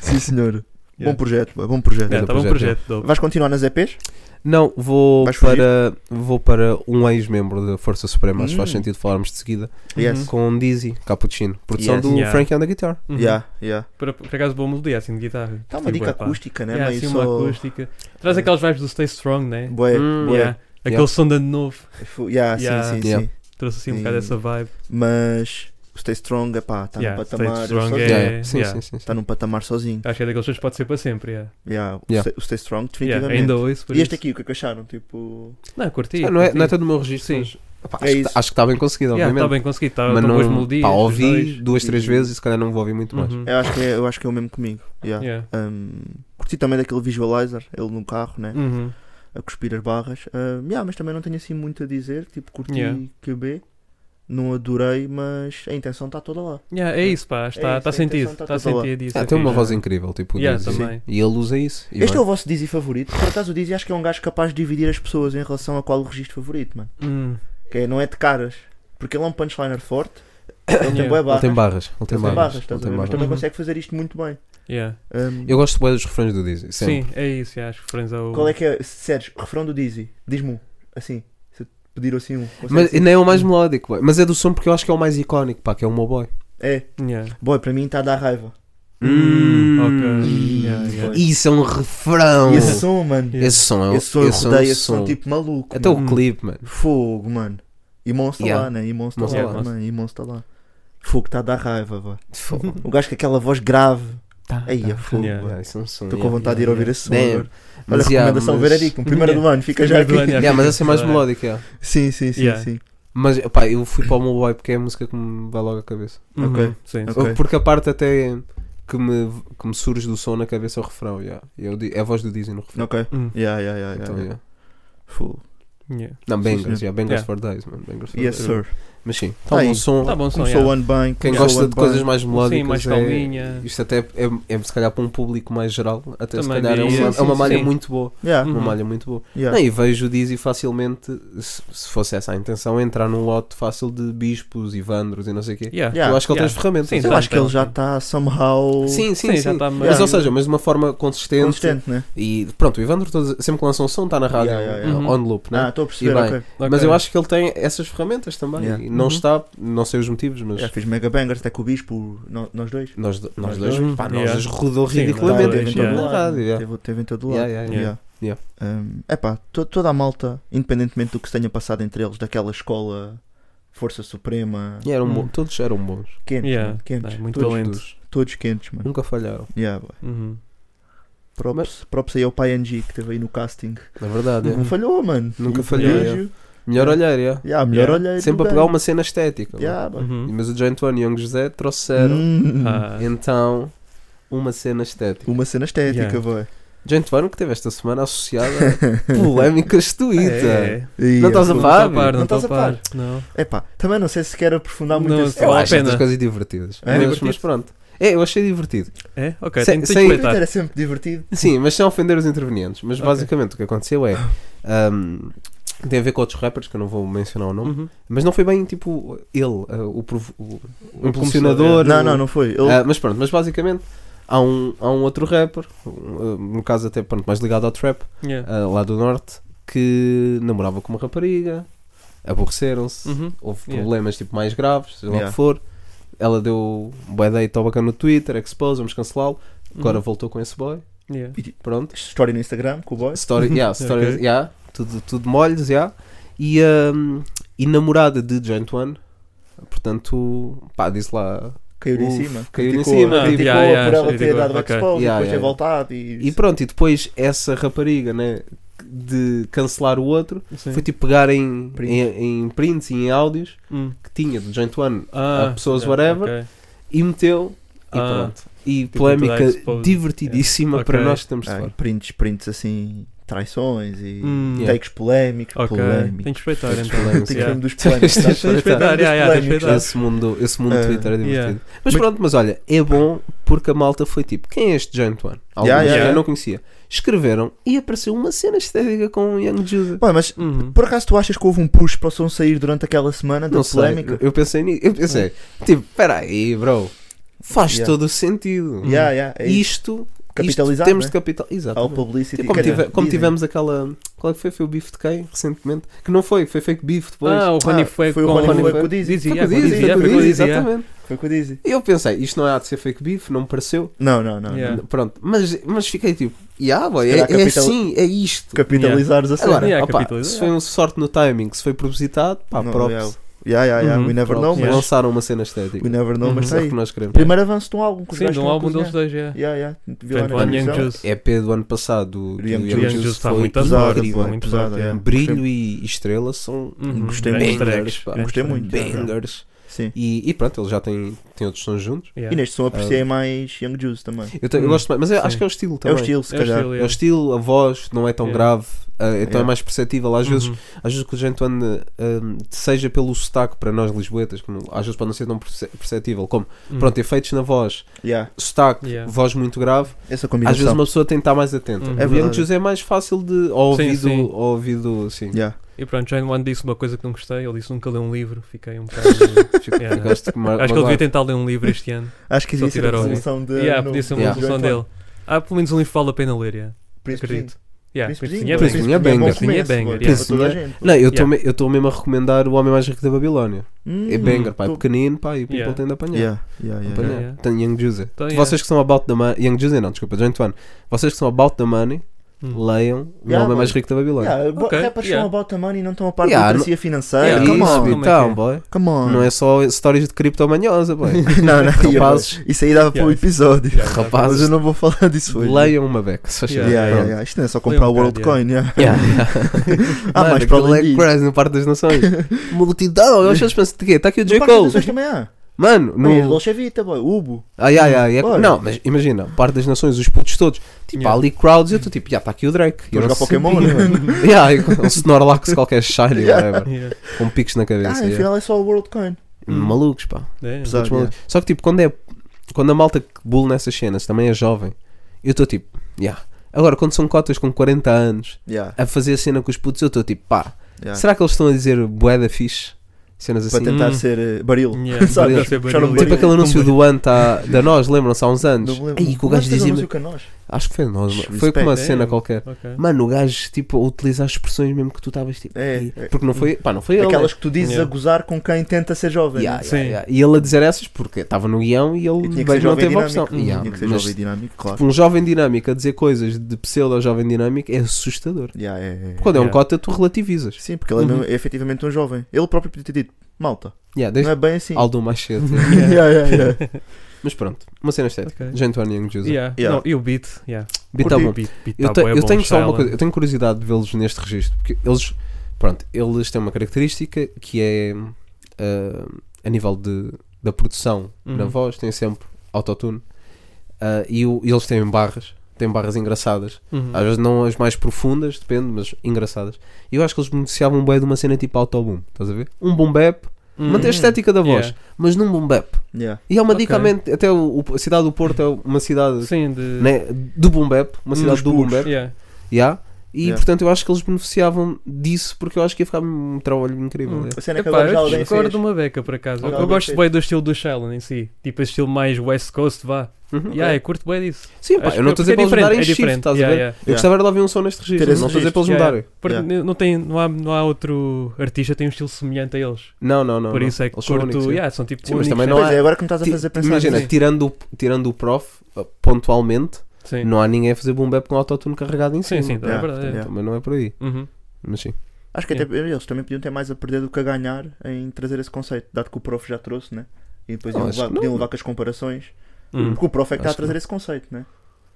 Sim, senhor. Yeah. Bom projeto, boy, bom projeto. Yeah, Ganda Estava um projeto, projeto dope. Vais continuar nas EPs? Não, vou Vais fugir? para, vou para um ex-membro da Força Suprema, se faz Hum. sentido falarmos de seguida, Yes. com Dizzy Cappuccino, produção Yes. do Yeah. Frankie on the Guitar. Uhum. Yeah, yeah. Por, por acaso, boa melodia assim de guitarra. Está Tá uma Sim, dica bué, pá. acústica, né? Yeah, Meio assim, só. uma acústica. Traz aquelas vibes do Stay Strong, né? Bué, Hum, bué. Yeah. Aquele Yeah. som de ano novo. Fu- yeah, sim, Yeah. sim, Yeah. sim. Trouxe assim um Sim. bocado essa vibe. Mas o Stay Strong, epá, está Yeah, num Stay patamar. Strong sozinho. É, Yeah, yeah. Sim, yeah. sim, sim, sim. Está num patamar sozinho. Acho que é daqueles sons que pode ser para sempre. Yeah. Yeah, o Yeah. Stay- O Stay Strong, Yeah, definitivamente. ainda ouço por e este isso. aqui, o que é que acharam? Tipo. Não, curti. Ah, não, é, curti. não é todo o meu registro, Sim. mas opá, É acho, que isso. tá- acho que está bem conseguido, Yeah, Está obviamente. bem conseguido, está mas com boas não, melodias. pá, os ouvi dois. duas, três E- vezes e se calhar não vou ouvir muito mais. Uhum. Eu acho que é, eu acho que é o mesmo comigo. Yeah. Yeah. Um, curti também daquele visualizer, ele num carro, né? Uhum. A cuspir as barras. Um, yeah, mas também não tenho assim muito a dizer. Tipo, curti Yeah. QB. Não adorei, mas a intenção está toda lá. Yeah, é isso, pá, É está isso, tá a sentido. intenção tá Está toda lá. sentido isso. Ah, é tem uma fixe. voz incrível, tipo o Yeah, Dizzy. também. E ele usa isso. e este é bem. o vosso Dizzy favorito. Por acaso o Dizzy acho que é um gajo capaz de dividir as pessoas em relação a qual o registro favorito, mano. Hum. Que é, não é de caras. Porque ele é um punchliner forte. Ele tem Yeah. boa Ele barra. tem barras. Ele tem Ele tem barras. é barras, Ele estás a tem ver? Mas barras. também Uhum. consegue fazer isto muito bem. Yeah. Um, Eu gosto bem dos refrãs do Dizzy. Sim, Sempre. é isso, yeah, acho que referência ao. Qual é que é, Sérgio, refrão do Dizzy? Diz-me um, assim, se eu te pedir assim um. consegue Mas ser? não é o mais melódico, ué. mas é do som porque eu acho que é o mais icónico, pá, que é o meu boy. É, Yeah. boy, para mim está a dar raiva. Hum. Hum, ok. Ih, Yeah, yeah. Isso é um refrão. E esse som, mano, Yeah. Esse som é o esse som esse som Então, é rodeia, um esse som som. tipo maluco. Até o Hum. mano. clipe, mano. Fogo, mano. E Monster Yeah. lá, né? E Monster Monster lá, lá. mano, e Monster lá. Fogo, está a dar raiva, vá. Fogo. O gajo com aquela voz grave. Tá, Aí, é tá. fogo, Yeah. mano. Yeah, isso é um som. Estou yeah. com vontade de ir ouvir esse som. Damn. agora. Olha, yeah, recomendação mas- veredicto, Um primeiro do ano, fica já Primeiro aqui. do ano, yeah. Yeah, mas essa é mais Yeah. melódica. yeah. Sim, sim, sim, Yeah. sim. Mas pá, eu fui para o meu boy porque é a música que me vai logo à cabeça. Uhum, Ok. Sim, Ok. Porque a parte até que me, que me surge do som na cabeça é o refrão. Yeah. E é o di- é a voz do Dizzy no refrão. Ok. Hum. Yeah, yeah, yeah, yeah, Então, yeah. yeah. Fogo. Yeah. Não, Bangers, sim. yeah, Bangers Yeah. for Days, mano. Bangers for Yes, Days. sir. Mas sim, está Tá um aí. bom som. Tá bom som, Começou o yeah. ano bem. Quem começou o gosta ano de bem. coisas mais melódicas Sim, mais é... calminha. Isto até é, é, se calhar para um público mais geral, até se Também calhar é diria. uma, Sim, é uma sim, malha sim. muito boa. Yeah, Uhum. Uma malha muito boa. yeah. Não, e vejo o Dizzy facilmente, se, se fosse essa a intenção, entrar num lote fácil de bispos, ivandros e não sei o quê. Yeah. Yeah. Eu acho que ele Yeah. tem as ferramentas. Sim, Eu Então, acho que ele já então, está somehow Sim, sim, Sim, sim. já tá mas, ou mais- seja, mas de uma forma consistente. consistente, né? E pronto, o Evandro todo- sempre que lança um som está na rádio Yeah, yeah, yeah. on loop, né? Ah, estou a perceber, E bem. ok. Mas Ok. eu acho que ele tem essas ferramentas também. Yeah. E não Uhum. está, não sei os motivos, mas Já fiz mega bangers até com o Bispo, no- nós dois. nós, do- nós Nós dois, dois. pá, nós Yeah. dois rodou Sim, ridiculamente nós em dois, toda yeah. a rádio. é. yeah. Teve, teve em todo lado. Yeah, yeah, yeah. Yeah. Um, epá, to- toda a malta, independentemente do que se tenha passado entre eles, daquela escola Força Suprema, E eram bo- Hum. Todos eram bons. quentes, Yeah. mano, quentes. Não, muito todos, talento. Todos. todos quentes, mano. Nunca falharam. Yeah, boy. Uhum. props, props aí ao Pai NG que esteve aí no casting. Na verdade, é. Não falhou, mano. Nunca E o falhou, prodígio, Melhor olhar, yeah. yeah, melhor Yeah. olheiro Sempre do a pegar bem. uma cena estética. Yeah, boy. Uhum. Mas o João António e o Young José trouxeram, Hum, Ah, então, uma cena estética. Uma cena estética, Yeah. boy. Jane Tuvano que teve esta semana associada a polémicas de é, Twitter. é. Yeah. Não estás a Não par? tá a par, Não não tá estás a a par. Não. Epá, também não sei se quero aprofundar muito Não, esse sei Eu Vale a acho pena. estas coisas divertidas. É? Mas, mas pronto. É, eu achei divertido. É? Ok, Sem- tem tem sem- que Twitter comentar. é sempre divertido. Sim, mas sem ofender os intervenientes. Mas basicamente o que aconteceu é. ahm, tem a ver com outros rappers que eu não vou mencionar o nome. Uhum. Mas não foi bem tipo ele, ah, o, provo- o, o impulsionador. é. Não, o- não, não foi. Ele- Ah, mas pronto, mas basicamente há um, há um outro rapper, um, ah, no caso até pronto, mais ligado ao trap, Yeah. ah, lá do norte, que namorava com uma rapariga, aborreceram-se, Uhum. houve Yeah. problemas tipo mais graves, seja lá o Yeah. que for. Ela deu um boy date ao bacana no Twitter, expose, vamos cancelá-lo. Agora Uhum. voltou com esse boy, Yeah. pronto. História no Instagram com o boy. Story, yeah, story, Ok. yeah, tudo, tudo molhos, yeah. E, um, e namorada de Giant One, portanto, pá, disse lá. Caiu-lhe em Uf, cima. caiu-lhe em Criticou- cima. Criticou Ah, yeah, por yeah, ela ter criticou, dado ok. backspawn e Yeah, depois ter yeah. voltado. E E... pronto, e depois essa rapariga, né, de cancelar o outro, Sim. foi tipo pegar em, Print. em, em prints e em áudios Hum. que tinha do Giant One Ah, a pessoas yeah, whatever. ok. e meteu e Ah. pronto. E Tipo, polémica toda exposed. divertidíssima Yeah. para Ok. nós que estamos de Ah, e fora. prints, prints assim, traições e Hum. takes polémicos, Ok, polémicos. tem que respeitar Tem que então. respeitar. Tem que Yeah. ver um dos polémicos. tá? Tem que sabes? respeitar, yeah, yeah, tem que um Polémicos, respeitar. Esse mundo, esse mundo Ah, do Twitter é divertido. yeah. Mas, pronto, mas olha, é bom porque a malta foi tipo: quem é este Giant One? Alguns Yeah, yeah, eu yeah. não conhecia. Escreveram e apareceu uma cena estética com o Young Judah. Pô, mas Uhum. por acaso tu achas que houve um push para o som sair durante aquela semana da Não sei, polémica? eu pensei nisso. Eu pensei, tipo, peraí, bro, faz Yeah. todo o sentido. Yeah, yeah, é isso. Isto Isto Capitalizar, temos né? de capitalizar. Exatamente. Ao publicity. Tipo, Como, que era- tive- como dizem. tivemos aquela. Qual é que foi? Foi o bife de quem recentemente? Que não foi, foi fake beef depois. Ah, o Rony foi foi o com Rony foi com o Dizzy. Dizzy, Foi yeah, com com o o Dizzy, Dizzy, yeah, foi foi com o Dizzy, yeah. exatamente. Foi o que eu disse. E eu pensei, isto não há de ser fake beef, não me pareceu. Não, não, não. Yeah. Pronto, mas, mas fiquei tipo, yeah, boy, Se é, calhar é capital- assim, é isto. Capitalizares a cena. Agora, Yeah, opá, capitaliza, se foi um sorte no timing, se foi propositado, pá, Não, props. yeah. Yeah, yeah, yeah. Uhum. We never Props, know, mas. Lançaram uma cena estética. We never know, Uhum. mas Isso é sei. o que nós queremos. Primeiro avanço de um álbum que os Sim, gajos de um estão a álbum deles cozinhar. dois, é. Yeah, yeah. Vi lá Portanto, na o Young televisão. Juice. EP É do ano passado do, do Young Young Young Juice Juice Juice está foi muito pesado, pesado, incrível. boy. muito pesado, pesado. é. yeah. Brilho e estrela são um Uhum, Gostei grandes muito. tracks, Pá, grandes Gostei muito. bangers. Sim. E, e pronto, eles já têm, têm outros sons juntos. Yeah. E neste som apreciei mais Young Juice também. Eu, te- eu Hum. gosto mais, mas eu acho Sim. que é o estilo É também. o estilo, É se o calhar. estilo, É o yeah. estilo, a voz não é tão Yeah. grave, ah, então Yeah. é mais perceptível. Às vezes Uhum. Às vezes que o gente anda, hum, seja pelo sotaque para nós lisboetas, como às vezes pode não ser tão perce- perceptível, como Uhum. pronto, efeitos na voz, Yeah. sotaque, Yeah. voz muito grave, Essa às vezes combinação. uma pessoa tem que estar mais atenta. Uhum. O É Young verdade. José é mais fácil de ao Sim, ouvido, sim. ao ouvido, sim. Yeah. E pronto, Jane One disse uma coisa que não gostei. Ele disse nunca lê um livro. Fiquei um bocado. Fico- Yeah. ficaste ma- Acho que ele devia magoado. tentar ler um livro este ano. Acho que Se eu existe a tiver ouvido. resolução de. yeah, no- podia ser uma Yeah. resolução dele. Há pelo menos um livro que vale a pena ler. Yeah. Príncipe Acredito. Zinho. Yeah, Príncipe Príncipe Zinho, Zinho é Príncipe bom. Príncipe Zinho é Zinho bom banger. Príncipe Zinho é banger, começo, boy, yeah. para toda a gente. Não, eu estou Yeah. me- eu estou mesmo a recomendar o Homem Mais Rico da Babilónia. Hum, É banger, pá, é tô- pequenino, pá, e o people Yeah. tem de apanhar. Yeah, yeah, yeah, Apanhar. yeah. yeah. Tem Young José. Então, yeah. Vocês que são about the money, Young José não, desculpa, Joint One. Vocês que são about the money, Hum. leiam O Yeah, Homem Mais mano. Rico da Babilónia. Yeah, bo- Ok, Rappers yeah. são about the money e não estão a par Yeah, da literacia financeira. É Yeah, come isso, on, como é que então, é? boy. come on. Não é só histórias de criptomanhosa, boy. Não, não, Rapazes. eu- Isso aí dava para o Yeah. episódio. Yeah, yeah. Mas Rapazes, eu não vou falar disso hoje. leiam uma beca. se faz Yeah, Yeah, yeah, favor. yeah. Isto não é só comprar Leiam o né? um bocado, WorldCoin. yeah. Pronto. Yeah. Há Mano, mais para aquele além é disso. crazy no Parque das Nações. Multidão, eu acho que penso, de quê? Está aqui o J. No Parque das Cole. Nações também há. Mano, No... É, no. Dolce Vita, boy. Ubo. Ai, ai, ai. é- Olha. Não, mas imagina, o Parque das Nações, os putos todos. Tipo, há Yeah. ali crowds e eu estou tipo, já está aqui o Drake. E eu Vou jogar não sei- Pokémon, né? mano? Yeah, um Snorlax qualquer shiny, whatever. Yeah. Com picos na Ah, cabeça. yeah. afinal é Hum. Tá, só o WorldCoin. Malucos, pá. Yeah. Pesado, Todos malucos. Só que tipo, quando é quando a malta que bull nessas cenas também é jovem, eu estou tipo, yeah. Agora, quando são cotas com 40 anos yeah. a fazer a cena com os putos, eu estou tipo, pá, Yeah. será que eles estão a dizer boeda fixe? Cenas Para assim. tentar Hum. ser eh, baril. Yeah, Sabes? deve ser Puxar um baril. Tipo baril. aquele anúncio do Ant à- da nós, lembram-se há uns Não anos? me lembro. Aí que o Mas gajo tens dizia. anúncio né? que a nós. Acho que foi nós, Shhh, foi com uma respect. cena É. qualquer. Ok. Mano, o gajo tipo a utilizar as expressões mesmo que tu estavas tipo. É, "Ih", é. Porque não foi, pá, não foi ele. Aquelas né? que tu dizes Yeah. a gozar com quem tenta ser jovem. Yeah, né? yeah, Sim. yeah. E ele a dizer essas porque estava no guião e ele E tinha que ser veio, não jovem teve dinâmico. opção. Yeah, Tinha que ser mas jovem dinâmico, claro. Tipo, um jovem dinâmico a dizer coisas de pseudo-jovem dinâmico é assustador. Yeah, é, é. Quando é um Yeah. cota, tu relativizas. Sim, porque ele é Uhum. mesmo- é efetivamente um jovem. Ele próprio podia ter dito, malta, Yeah, não desde é bem assim. Aldo mais cedo. Yeah, yeah, yeah. Mas pronto, uma cena estética. Ok. Gente, One Young Juice. Yeah. Yeah. Não, e o beat? Yeah. Beat Curti. tá bom. O beat, beat Eu, tá te- bué eu bom, tenho só uma Shailen. coisa, eu tenho curiosidade de vê-los neste registro, porque eles, pronto, eles têm uma característica que é ah, a nível de, da produção na Uhum. voz, têm sempre autotune ah, e, o- e eles têm barras, têm barras engraçadas, Uhum. às vezes não as mais profundas, depende, mas engraçadas. E eu acho que eles beneficiavam bem de uma cena tipo autoboom, estás a ver? Um boom bap, Uhum. manter a estética da voz, Yeah. mas num boom bap. Yeah. E é uma dica, a Ok. mente- até o- o- a cidade do Porto é uma cidade Sim, de. né, do boom bap, uma cidade do boom bap. Yeah. Yeah. E Yeah. portanto eu acho que eles beneficiavam disso porque eu acho que ia ficar um trabalho incrível. Hum. é. A cena é que Epá, agora já eu alguém discordo fez. de uma beca por acaso. Eu, Já eu alguém gosto fez. bem do estilo do Shailen em si. Tipo, esse estilo mais West Coast, vá. Uhum. Yeah, eu curto bem disso. Sim, pá, Acho eu não estou que- a dizer porque para é eles mudarem diferente, é em shift, diferente, estás yeah, a ver? yeah. Eu gostava era de ouvir um som neste registro, Ter esse não estou a dizer para eles Yeah, mudarem. yeah. Porque Yeah. n- não, tem, não, há, não há outro artista que tem um estilo semelhante a eles. Não, não, não. Por não. isso é que Eles são curto. únicos, yeah. yeah, são tipo Sim, mas únicos, também né? não Pois há- é, agora que me estás a Ti- fazer pensar Imagina, nisso. Sim. tirando, o- tirando o prof, uh, pontualmente, Sim, não há ninguém a fazer boom bap com autotune carregado em sim, cima. sim, então é Yeah, verdade. yeah. Também não é por aí. Uhum. Mas sim. Acho que até eles também podiam ter mais a perder do que a ganhar em trazer esse conceito, dado que o prof já trouxe, né? E depois Não, iam acho levar- que não. Hum. podiam levar com as comparações. Uhum. Porque o prof é que está a Acho que trazer não. esse conceito, né?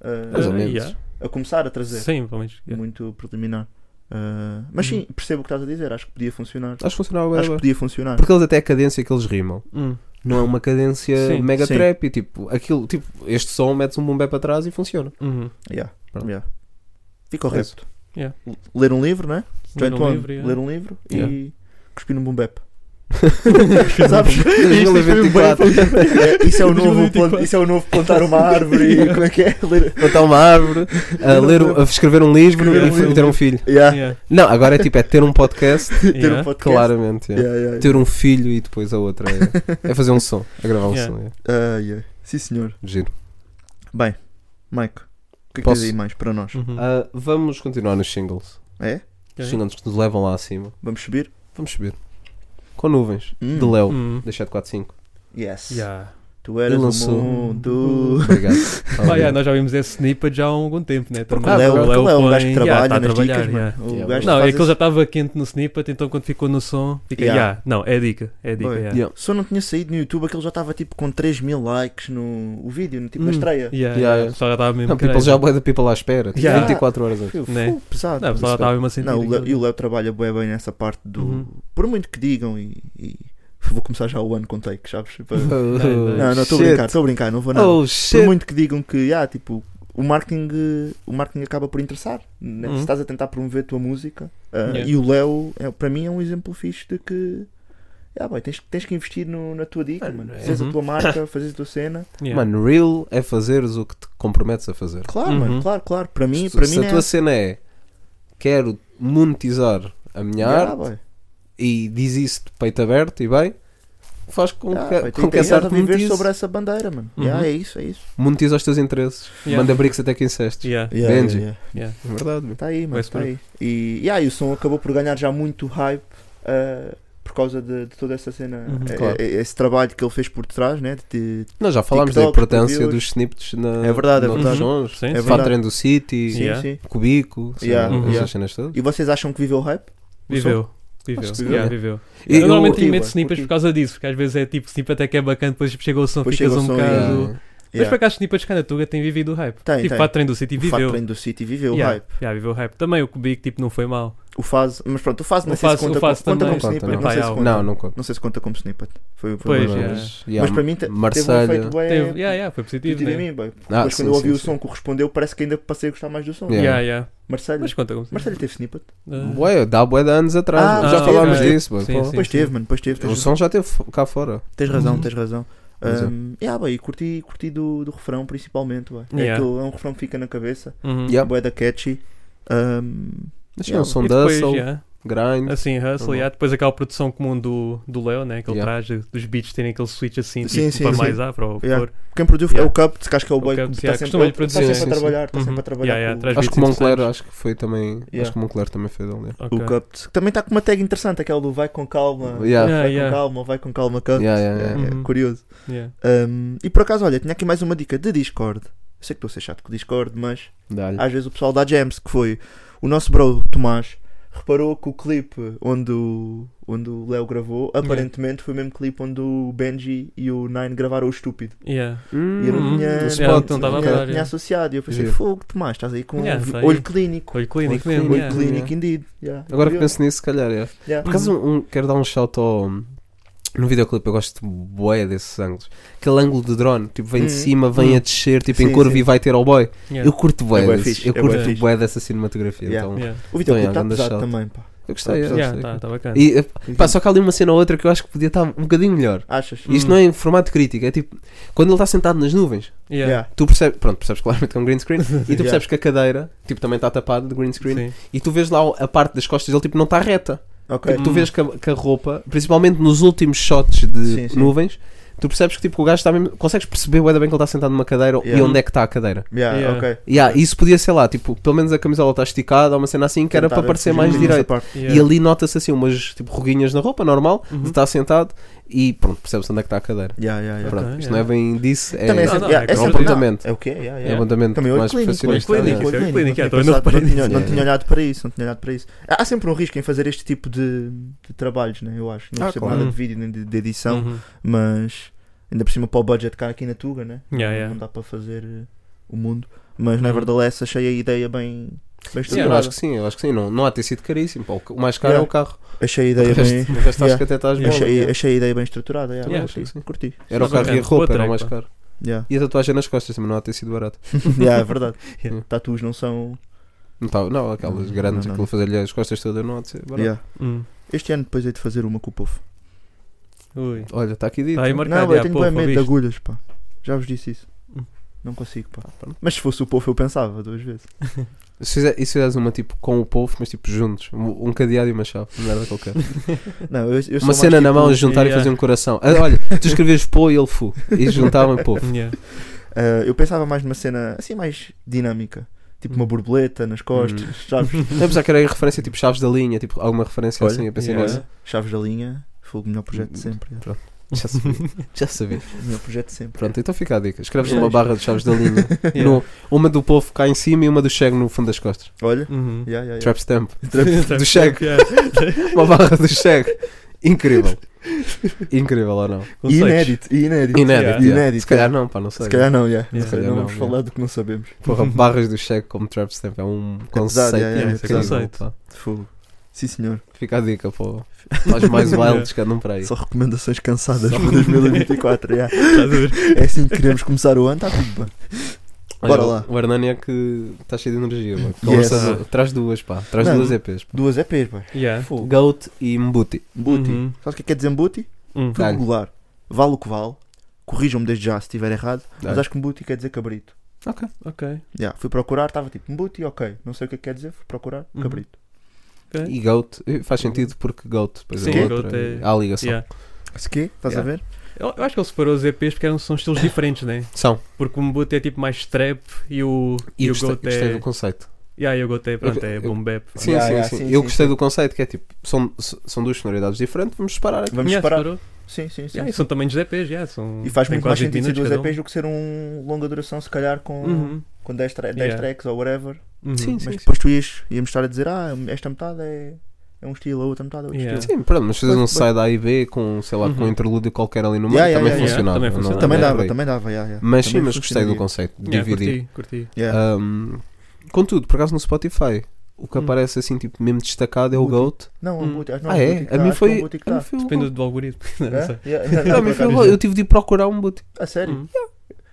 Ah, Mais ou Uh, menos. yeah. a começar a trazer. é Sim, pelo menos. yeah. Muito preliminar. Uh, mas sim, percebo o que estás a dizer. Acho que podia funcionar. Acho que funcionava Hum. Tá bem, Acho que bem. podia funcionar. Porque eles até a cadência que eles rimam. Hum. Não é uma cadência Sim. mega Sim. trap e tipo, aquilo, tipo, este som metes um boom bap atrás e funciona. Uhum. Yeah. Pronto. Yeah. Fica o É resto. Yeah. Ler um livro, né? Ler Joint um One, livro, yeah. ler um livro Yeah. e cuspir num bumbep. Sabes? Isto é um 2024. bumbep. É, Isso é, o novo, plan- isso é o novo plantar uma árvore e como é que é? Ler- plantar uma árvore, a ler, o- a escrever um livro Escrever e um fi- livro. ter um filho. Yeah. Yeah. Não, agora é tipo, é ter um podcast, Ter um Yeah. podcast. claramente. é. Yeah, yeah, yeah. Ter um filho e depois a outra é, é fazer um som, é gravar um Yeah. som. É. Ah, yeah. Sim, senhor. Giro. Bem, Mike, que é que Posso? tens aí mais para nós? Uhum. Ah, vamos continuar nos singles. É? Ok. Os singles que nos levam lá acima. Vamos subir? Vamos subir. Com nuvens. Hum. De Léo. Hum. Da 745. Yes. Yeah. Ah, Tu eras Ele o lançou- mundo. Obrigado. Ah, é, yeah, nós já vimos esse snippet já há algum tempo, né? Porque Também. o Léo, O porque o Léo é um gajo que põe- yeah, trabalha tá a nas trabalhar, dicas, yeah. mano. Yeah. O gajo Não, é faz que ele já esse- estava quente no snippet, então quando ficou no som, fica, Yeah. yeah. não, é dica, é dica, Boy. yeah. Yeah. Só não tinha saído no YouTube, aquele já estava tipo com 3 mil likes no o vídeo, no, tipo na Hum. estreia. Yeah, Yeah, yeah. yeah. O pessoal já estava mesmo Não, people caralho. já boa da people à espera. tipo, Yeah. 24 horas antes. Fui- Né? fui pesado. Não, o pessoal já estava mesmo a sentir. Não, o Léo- aquilo. e o Léo trabalha bem bem nessa parte do. Uhum. Por muito que digam e. e- Vou começar já o ano com takes, sabes? Para- Não, Não, não, estou a Oh, Shit. brincar, estou a brincar, não vou nada. Oh Por shit. muito que digam que, ah, tipo, o marketing, eh, o marketing acaba por interessar. né? Uhum. Se estás a tentar promover a tua música. ah, Yeah. E o Léo, é, para mim, é um exemplo fixe de que. Ah, boy, tens, tens que investir no- na tua dica, mano. Fazes a Uhum. tua marca, fazes a tua cena. Yeah. Mano, real é fazeres o que te comprometes a fazer. Claro, Uhum. mano, claro, claro. Para mim, se para se mim a é- tua cena é quero monetizar a minha Yeah, arte boy. e diz isso de peito aberto e bem, faz com Ah, que, boy, com tem que que essa a arte viver monetize, sobre essa bandeira, mano. Uhum. Yeah, é isso, é isso. monetize os teus interesses. Yeah. Manda bricks até que incestes. Yeah. Yeah, Benji. yeah, Yeah. É verdade. meu. Está Tá aí, mano. Está aí. Westbrook. E, yeah, e o som acabou por ganhar já muito hype ah, por causa de, de toda essa cena, Uhum. eh, Claro. eh, esse trabalho que ele fez por trás, né? De, de- Nós já falámos da TikToks, importância reviews. dos snippets na, É verdade, é nos Uhum. verdade. sons. Sim, É sim. verdade. Fatren do City, sim, Yeah. sim. Cubico, sei Yeah, lá, essas yeah. cenas todas. E vocês acham que viveu o hype? O som? Viveu. Viveu. Acho que Yeah, sim. né? viveu. E eu, eu- normalmente curti, meto bué, snippets curti. por causa disso, porque às vezes é tipo snippet até que é bacana, depois chega o som, Depois ficas chega o um som, bocado. Yeah. do- Mas Yeah. para cá, os snippets de Canatuga têm vivido o hype. Tem, tipo, tem. Fat Train do City O Fat viveu. Train do City viveu yeah. o hype. Yeah, viveu o hype. Também o Kubik, tipo, não foi mal. O Faz, mas pronto, o Faz não O sei se Faz- o conta Faz como- conta também. Não como snippet. conta, Não sei não. se Não, conta. não conta. Não sei se conta como snippet. Foi, foi Pois, mas, yeah. mas para mim te- Marselha. teve um efeito bué Teve, yeah, yeah, foi positivo. positivo em né? mim, bué. Ah, Depois sim, quando eu ouvi sim, o sim. som correspondeu, parece que ainda passei a gostar mais do som. Yeah. Yeah, yeah. Marselha. Mas conta como se- Marselha teve snippet. Ah. Ué, dá bué de anos atrás. Ah, já ok. falámos Ok. disso. bué, Sim, pô. sim. Pois teve, mano, pois teve. Tens O som já teve cá fora. Tens razão, tens razão. Mas é. Um, yeah, bué, e curti, curti do, do refrão principalmente. bué. É, Yeah. aquele- é um refrão que fica na cabeça. Uhum. Yeah. Bué da catchy. Um, Mas Yeah. é um som E da depois, Soul, yeah, grind. assim, Hustle, Uhum. Normal. yeah, depois aquela produção comum do, do Leo, né? Aquele Yeah. traje dos beats terem aquele switch assim, Sim, tipo, sim, para sim. mais A, para o Yeah. cor. quem produz é Yeah. o Cup, que acho que é o, O boy que Cups, está yeah, sempre, costuma-lhe tá produzir, sempre sim, a sim. trabalhar. Está Uhum. sempre a trabalhar. Yeah, yeah, com- traz Acho que o beats Moncler, interessantes. acho que foi também. Acho que o Moncler também foi dele. yeah. O Cup também está com uma tag interessante, aquela do vai com calma, Yeah. vai Yeah, yeah. com calma, vai com calma, Cup. Yeah, yeah, É, yeah. é Uhum. curioso. Yeah. Um, e por acaso, olha, tinha aqui mais uma dica de Discord. Eu sei que estou a ser chato com o Discord, mas Dá-lhe. Ah, às vezes o pessoal dá gems, que foi o nosso bro Tomás reparou que o clipe onde o onde o Léo gravou, aparentemente foi o mesmo clipe onde o Benji e o Nine gravaram o Estúpido. Yeah. E eu não Hum, tinha, o não spot não tinha- estava a tinha- parar, tinha é. associado. E eu pensei, Giro. fogo, Tomás, estás aí com Yeah, um tá aí. olho clínico. Olho clínico Olho mesmo. Olho yeah. clínico, Yeah. indeed. Yeah. Agora que Curioso. penso nisso, se calhar é. Yeah. Por acaso, um, quero dar um shout ao. No videoclipe eu gosto de boé desses ângulos. Aquele ângulo do drone, tipo, vem de Uhum. cima, vem Uhum. a descer, tipo, Sim, em curva sim. e vai ter ao boy. Yeah. Eu curto boé É bué desses. fixe, Eu é bué curto fixe. boé dessa cinematografia. Yeah. Então, Yeah. O videoclipe Então, yeah, está ganda pesado shot. também, pá. eu gostei. eu Yeah, gostei. tá, tá bacana. E, pá, só que há ali uma cena ou outra que eu acho que podia estar um bocadinho melhor. Achas? E Isto Hum. não é em formato crítico, é tipo, quando ele está sentado nas nuvens, Yeah. tu percebes, pronto, percebes claramente que é um green screen, e tu Yeah. percebes que a cadeira, tipo, também está tapada de green screen, Sim. e tu vês lá a parte das costas dele, tipo, não está reta. Ok. Tipo, tu Hum. vês que a, que a roupa, principalmente nos últimos shots de Sim, sim. nuvens, tu percebes que, tipo, que o gajo está mesmo, consegues perceber o bem que ele está sentado numa cadeira e Yeah. onde é que está a cadeira. Yeah, Yeah. ok. Yeah, isso podia ser lá, tipo, pelo menos a camisola está esticada, ou uma cena assim que era Tentar para parecer Então, tá, fugir mais dessa direito. parte. Yeah. E ali nota-se assim umas tipo, ruguinhas na roupa, normal, de Uhum. estar sentado, e pronto, percebes onde é que está a cadeira. Yeah, yeah, yeah. Pronto, Ok, isto é. não é bem disso, é, Também é, Não, sempre- não, yeah, é é um sempre- apontamento. É o quê? Yeah, É um yeah. apontamento Também olho mais clínico, olho profissionalista. clínico, yeah. olho olho clínico, clínico. é, Não então eu tinha não pensado- reparei não tinha- nisso, não yeah. tinha olhado para isso, não tinha olhado para isso. Há sempre um risco em fazer este tipo de, de trabalhos, né? eu acho. Não Ah, percebo claro. nada de vídeo nem de, de edição, Uhum. mas ainda por cima para o budget cá aqui na Tuga, né? Yeah, Não- yeah. não dá para fazer eh, o mundo. Mas Uhum. nevertheless achei a ideia bem, bem Sim, estruturada. eu acho que sim, eu acho que sim. Não, não há de ter sido caríssimo. pá, o ca- O mais caro é Yeah. o carro. Achei a O ideia resto, bem. o resto acho Yeah. que até estás bom. Achei, yeah. achei a ideia bem estruturada. yeah, Yeah, curti, acho que sim. curti. Era o carro e a bacana. roupa, Outra, era o mais pá. caro. Yeah. E a tatuagem nas costas também não há de ter sido barato. Yeah, é verdade. Yeah. Tatus não são. Não, tá, não aquelas Não, grandes, não, aquilo fazer-lhe as costas todas não há de ser barato. Yeah. Hum. Este ano depois hei de fazer uma com o povo. Ui. Olha, está aqui dito. Tá aí pá. marcado. não, eu yeah, tenho pô, bem medo de ouviste? agulhas, pá. Já vos disse isso. Hum. Não consigo, pá. pronto. Mas se fosse o povo, eu pensava duas vezes. E se fizer- e se fizeres uma tipo com o povo, mas tipo juntos, um, um cadeado e uma chave, uma merda qualquer. Não, eu, eu sou Uma mais cena na tipo- mão, juntar e Yeah. fazer um coração. Ah, olha, tu escreves pô e ele fu e juntavam povo. Yeah. Ah, eu pensava mais numa cena assim mais dinâmica. Tipo uma borboleta nas costas, sabes? Eu pensava que era referência tipo Chaves da Linha, tipo alguma referência Olha, assim. Eu pensei yeah. nisso. Chaves da linha, foi o melhor projeto de sempre. é. Já sabia. Já sabia. O melhor projeto de sempre. Pronto, então fica a dica. Escreves Yeah. uma barra de Chaves da Linha. no- uma do povo cá em cima e uma do Chego no fundo das costas. Olha, Uhum. yeah, yeah, yeah. Trap Stamp. Trap do stamp, Chego. yeah. Uma barra do Chego. Incrível. Incrível ou não? E Conceitos. inédito, e inédito. Inédito. Yeah. yeah. Inédito, Se calhar não, pá, não sei. Se calhar não, yeah. Yeah. Se calhar Não, não vamos yeah. falar do que não sabemos. Porra, barras do Chego como Trap Stamp. É um pesado, conceito. yeah, yeah, é incrível, conceito. pá. Fogo. Sim senhor. Fica a dica, pô. Faz mais wilds que andam para aí. Só recomendações cansadas para 2024. yeah. Tá duro. É assim que queremos começar o ano, está tudo bem. Bora Olha, lá. O Hernani é que está cheio de energia, mano. Yes. Conversa do- Traz duas, pá. Traz Não. duas EPs. Pá. Duas EPs, pá. Yeah. Fogo. Goat e Mbuti. Booty. É? Uhum. Sabes o que é que quer dizer booty? Hum. Tudo Dá-lhe. regular. Vale o que vale. Corrijam-me desde já se estiver errado. Mas Dá-lhe. acho que booty quer dizer cabrito. Ok. Ok. Yeah, fui procurar, estava tipo booty, ok. Não sei o que é que quer dizer, fui procurar, Uhum. cabrito. Ok. E Goat. eh, Faz sentido porque Goat. Depois Sim, é outra. Goat é- e Há a ligação. Yeah. Isso é. quê? Estás Yeah. a ver? Eu, eu acho que ele separou os EPs porque eram, são estilos diferentes, né? São. Porque o Mbote é tipo mais trap e o, E e eu o gostei, Goat gostei é. do conceito. Yeah, e o Goat é, pronto, é eu- boom bap. Sim, Yeah, sim, yeah, sim, sim, Eu sim, gostei do conceito que é tipo. São, s- são duas sonoridades diferentes. Vamos separar aqui. Vamos Yeah, parar. separou. Sim, sim, sim. Yeah, e são também dos EPs, yeah, são, E faz têm muito mais quase 20 sentido ser duas minutos cada EPs do que ser um longa duração, se calhar com, um. Uhum. com 10, tra- 10 Yeah. tracks ou whatever. Uhum. Sim, sim. mas depois tu ias, íamos estar a dizer, ah, esta metade é, é um estilo, a outra metade é outro Yeah. estilo. Sim, pronto. Mas fazes um Mas- side A e B com, sei lá, com um Uhum. interlúdio qualquer ali no meio. Yeah, yeah, também yeah, yeah. funcionava. Também não- funcionava. não Também é por dava, aí. também dava, yeah, yeah. Mas sim, Também mas gostei do funcionaria. conceito. de Yeah, Dividir. curti, curti. Yeah. Um, contudo, por acaso no Spotify, o que Hum. aparece assim, tipo, mesmo destacado é o Booty. Goat. Não, Hum. um boot, não, ah, um é? boot que a dá, mim acho que é foi. um boot que a mim dá. foi o Depende Goat. do tipo. algoritmo. Não sei. É? Yeah, não, Não, a não, mim por foi o acaso. Goat. Eu tive de ir procurar um boot. A sério? Hum.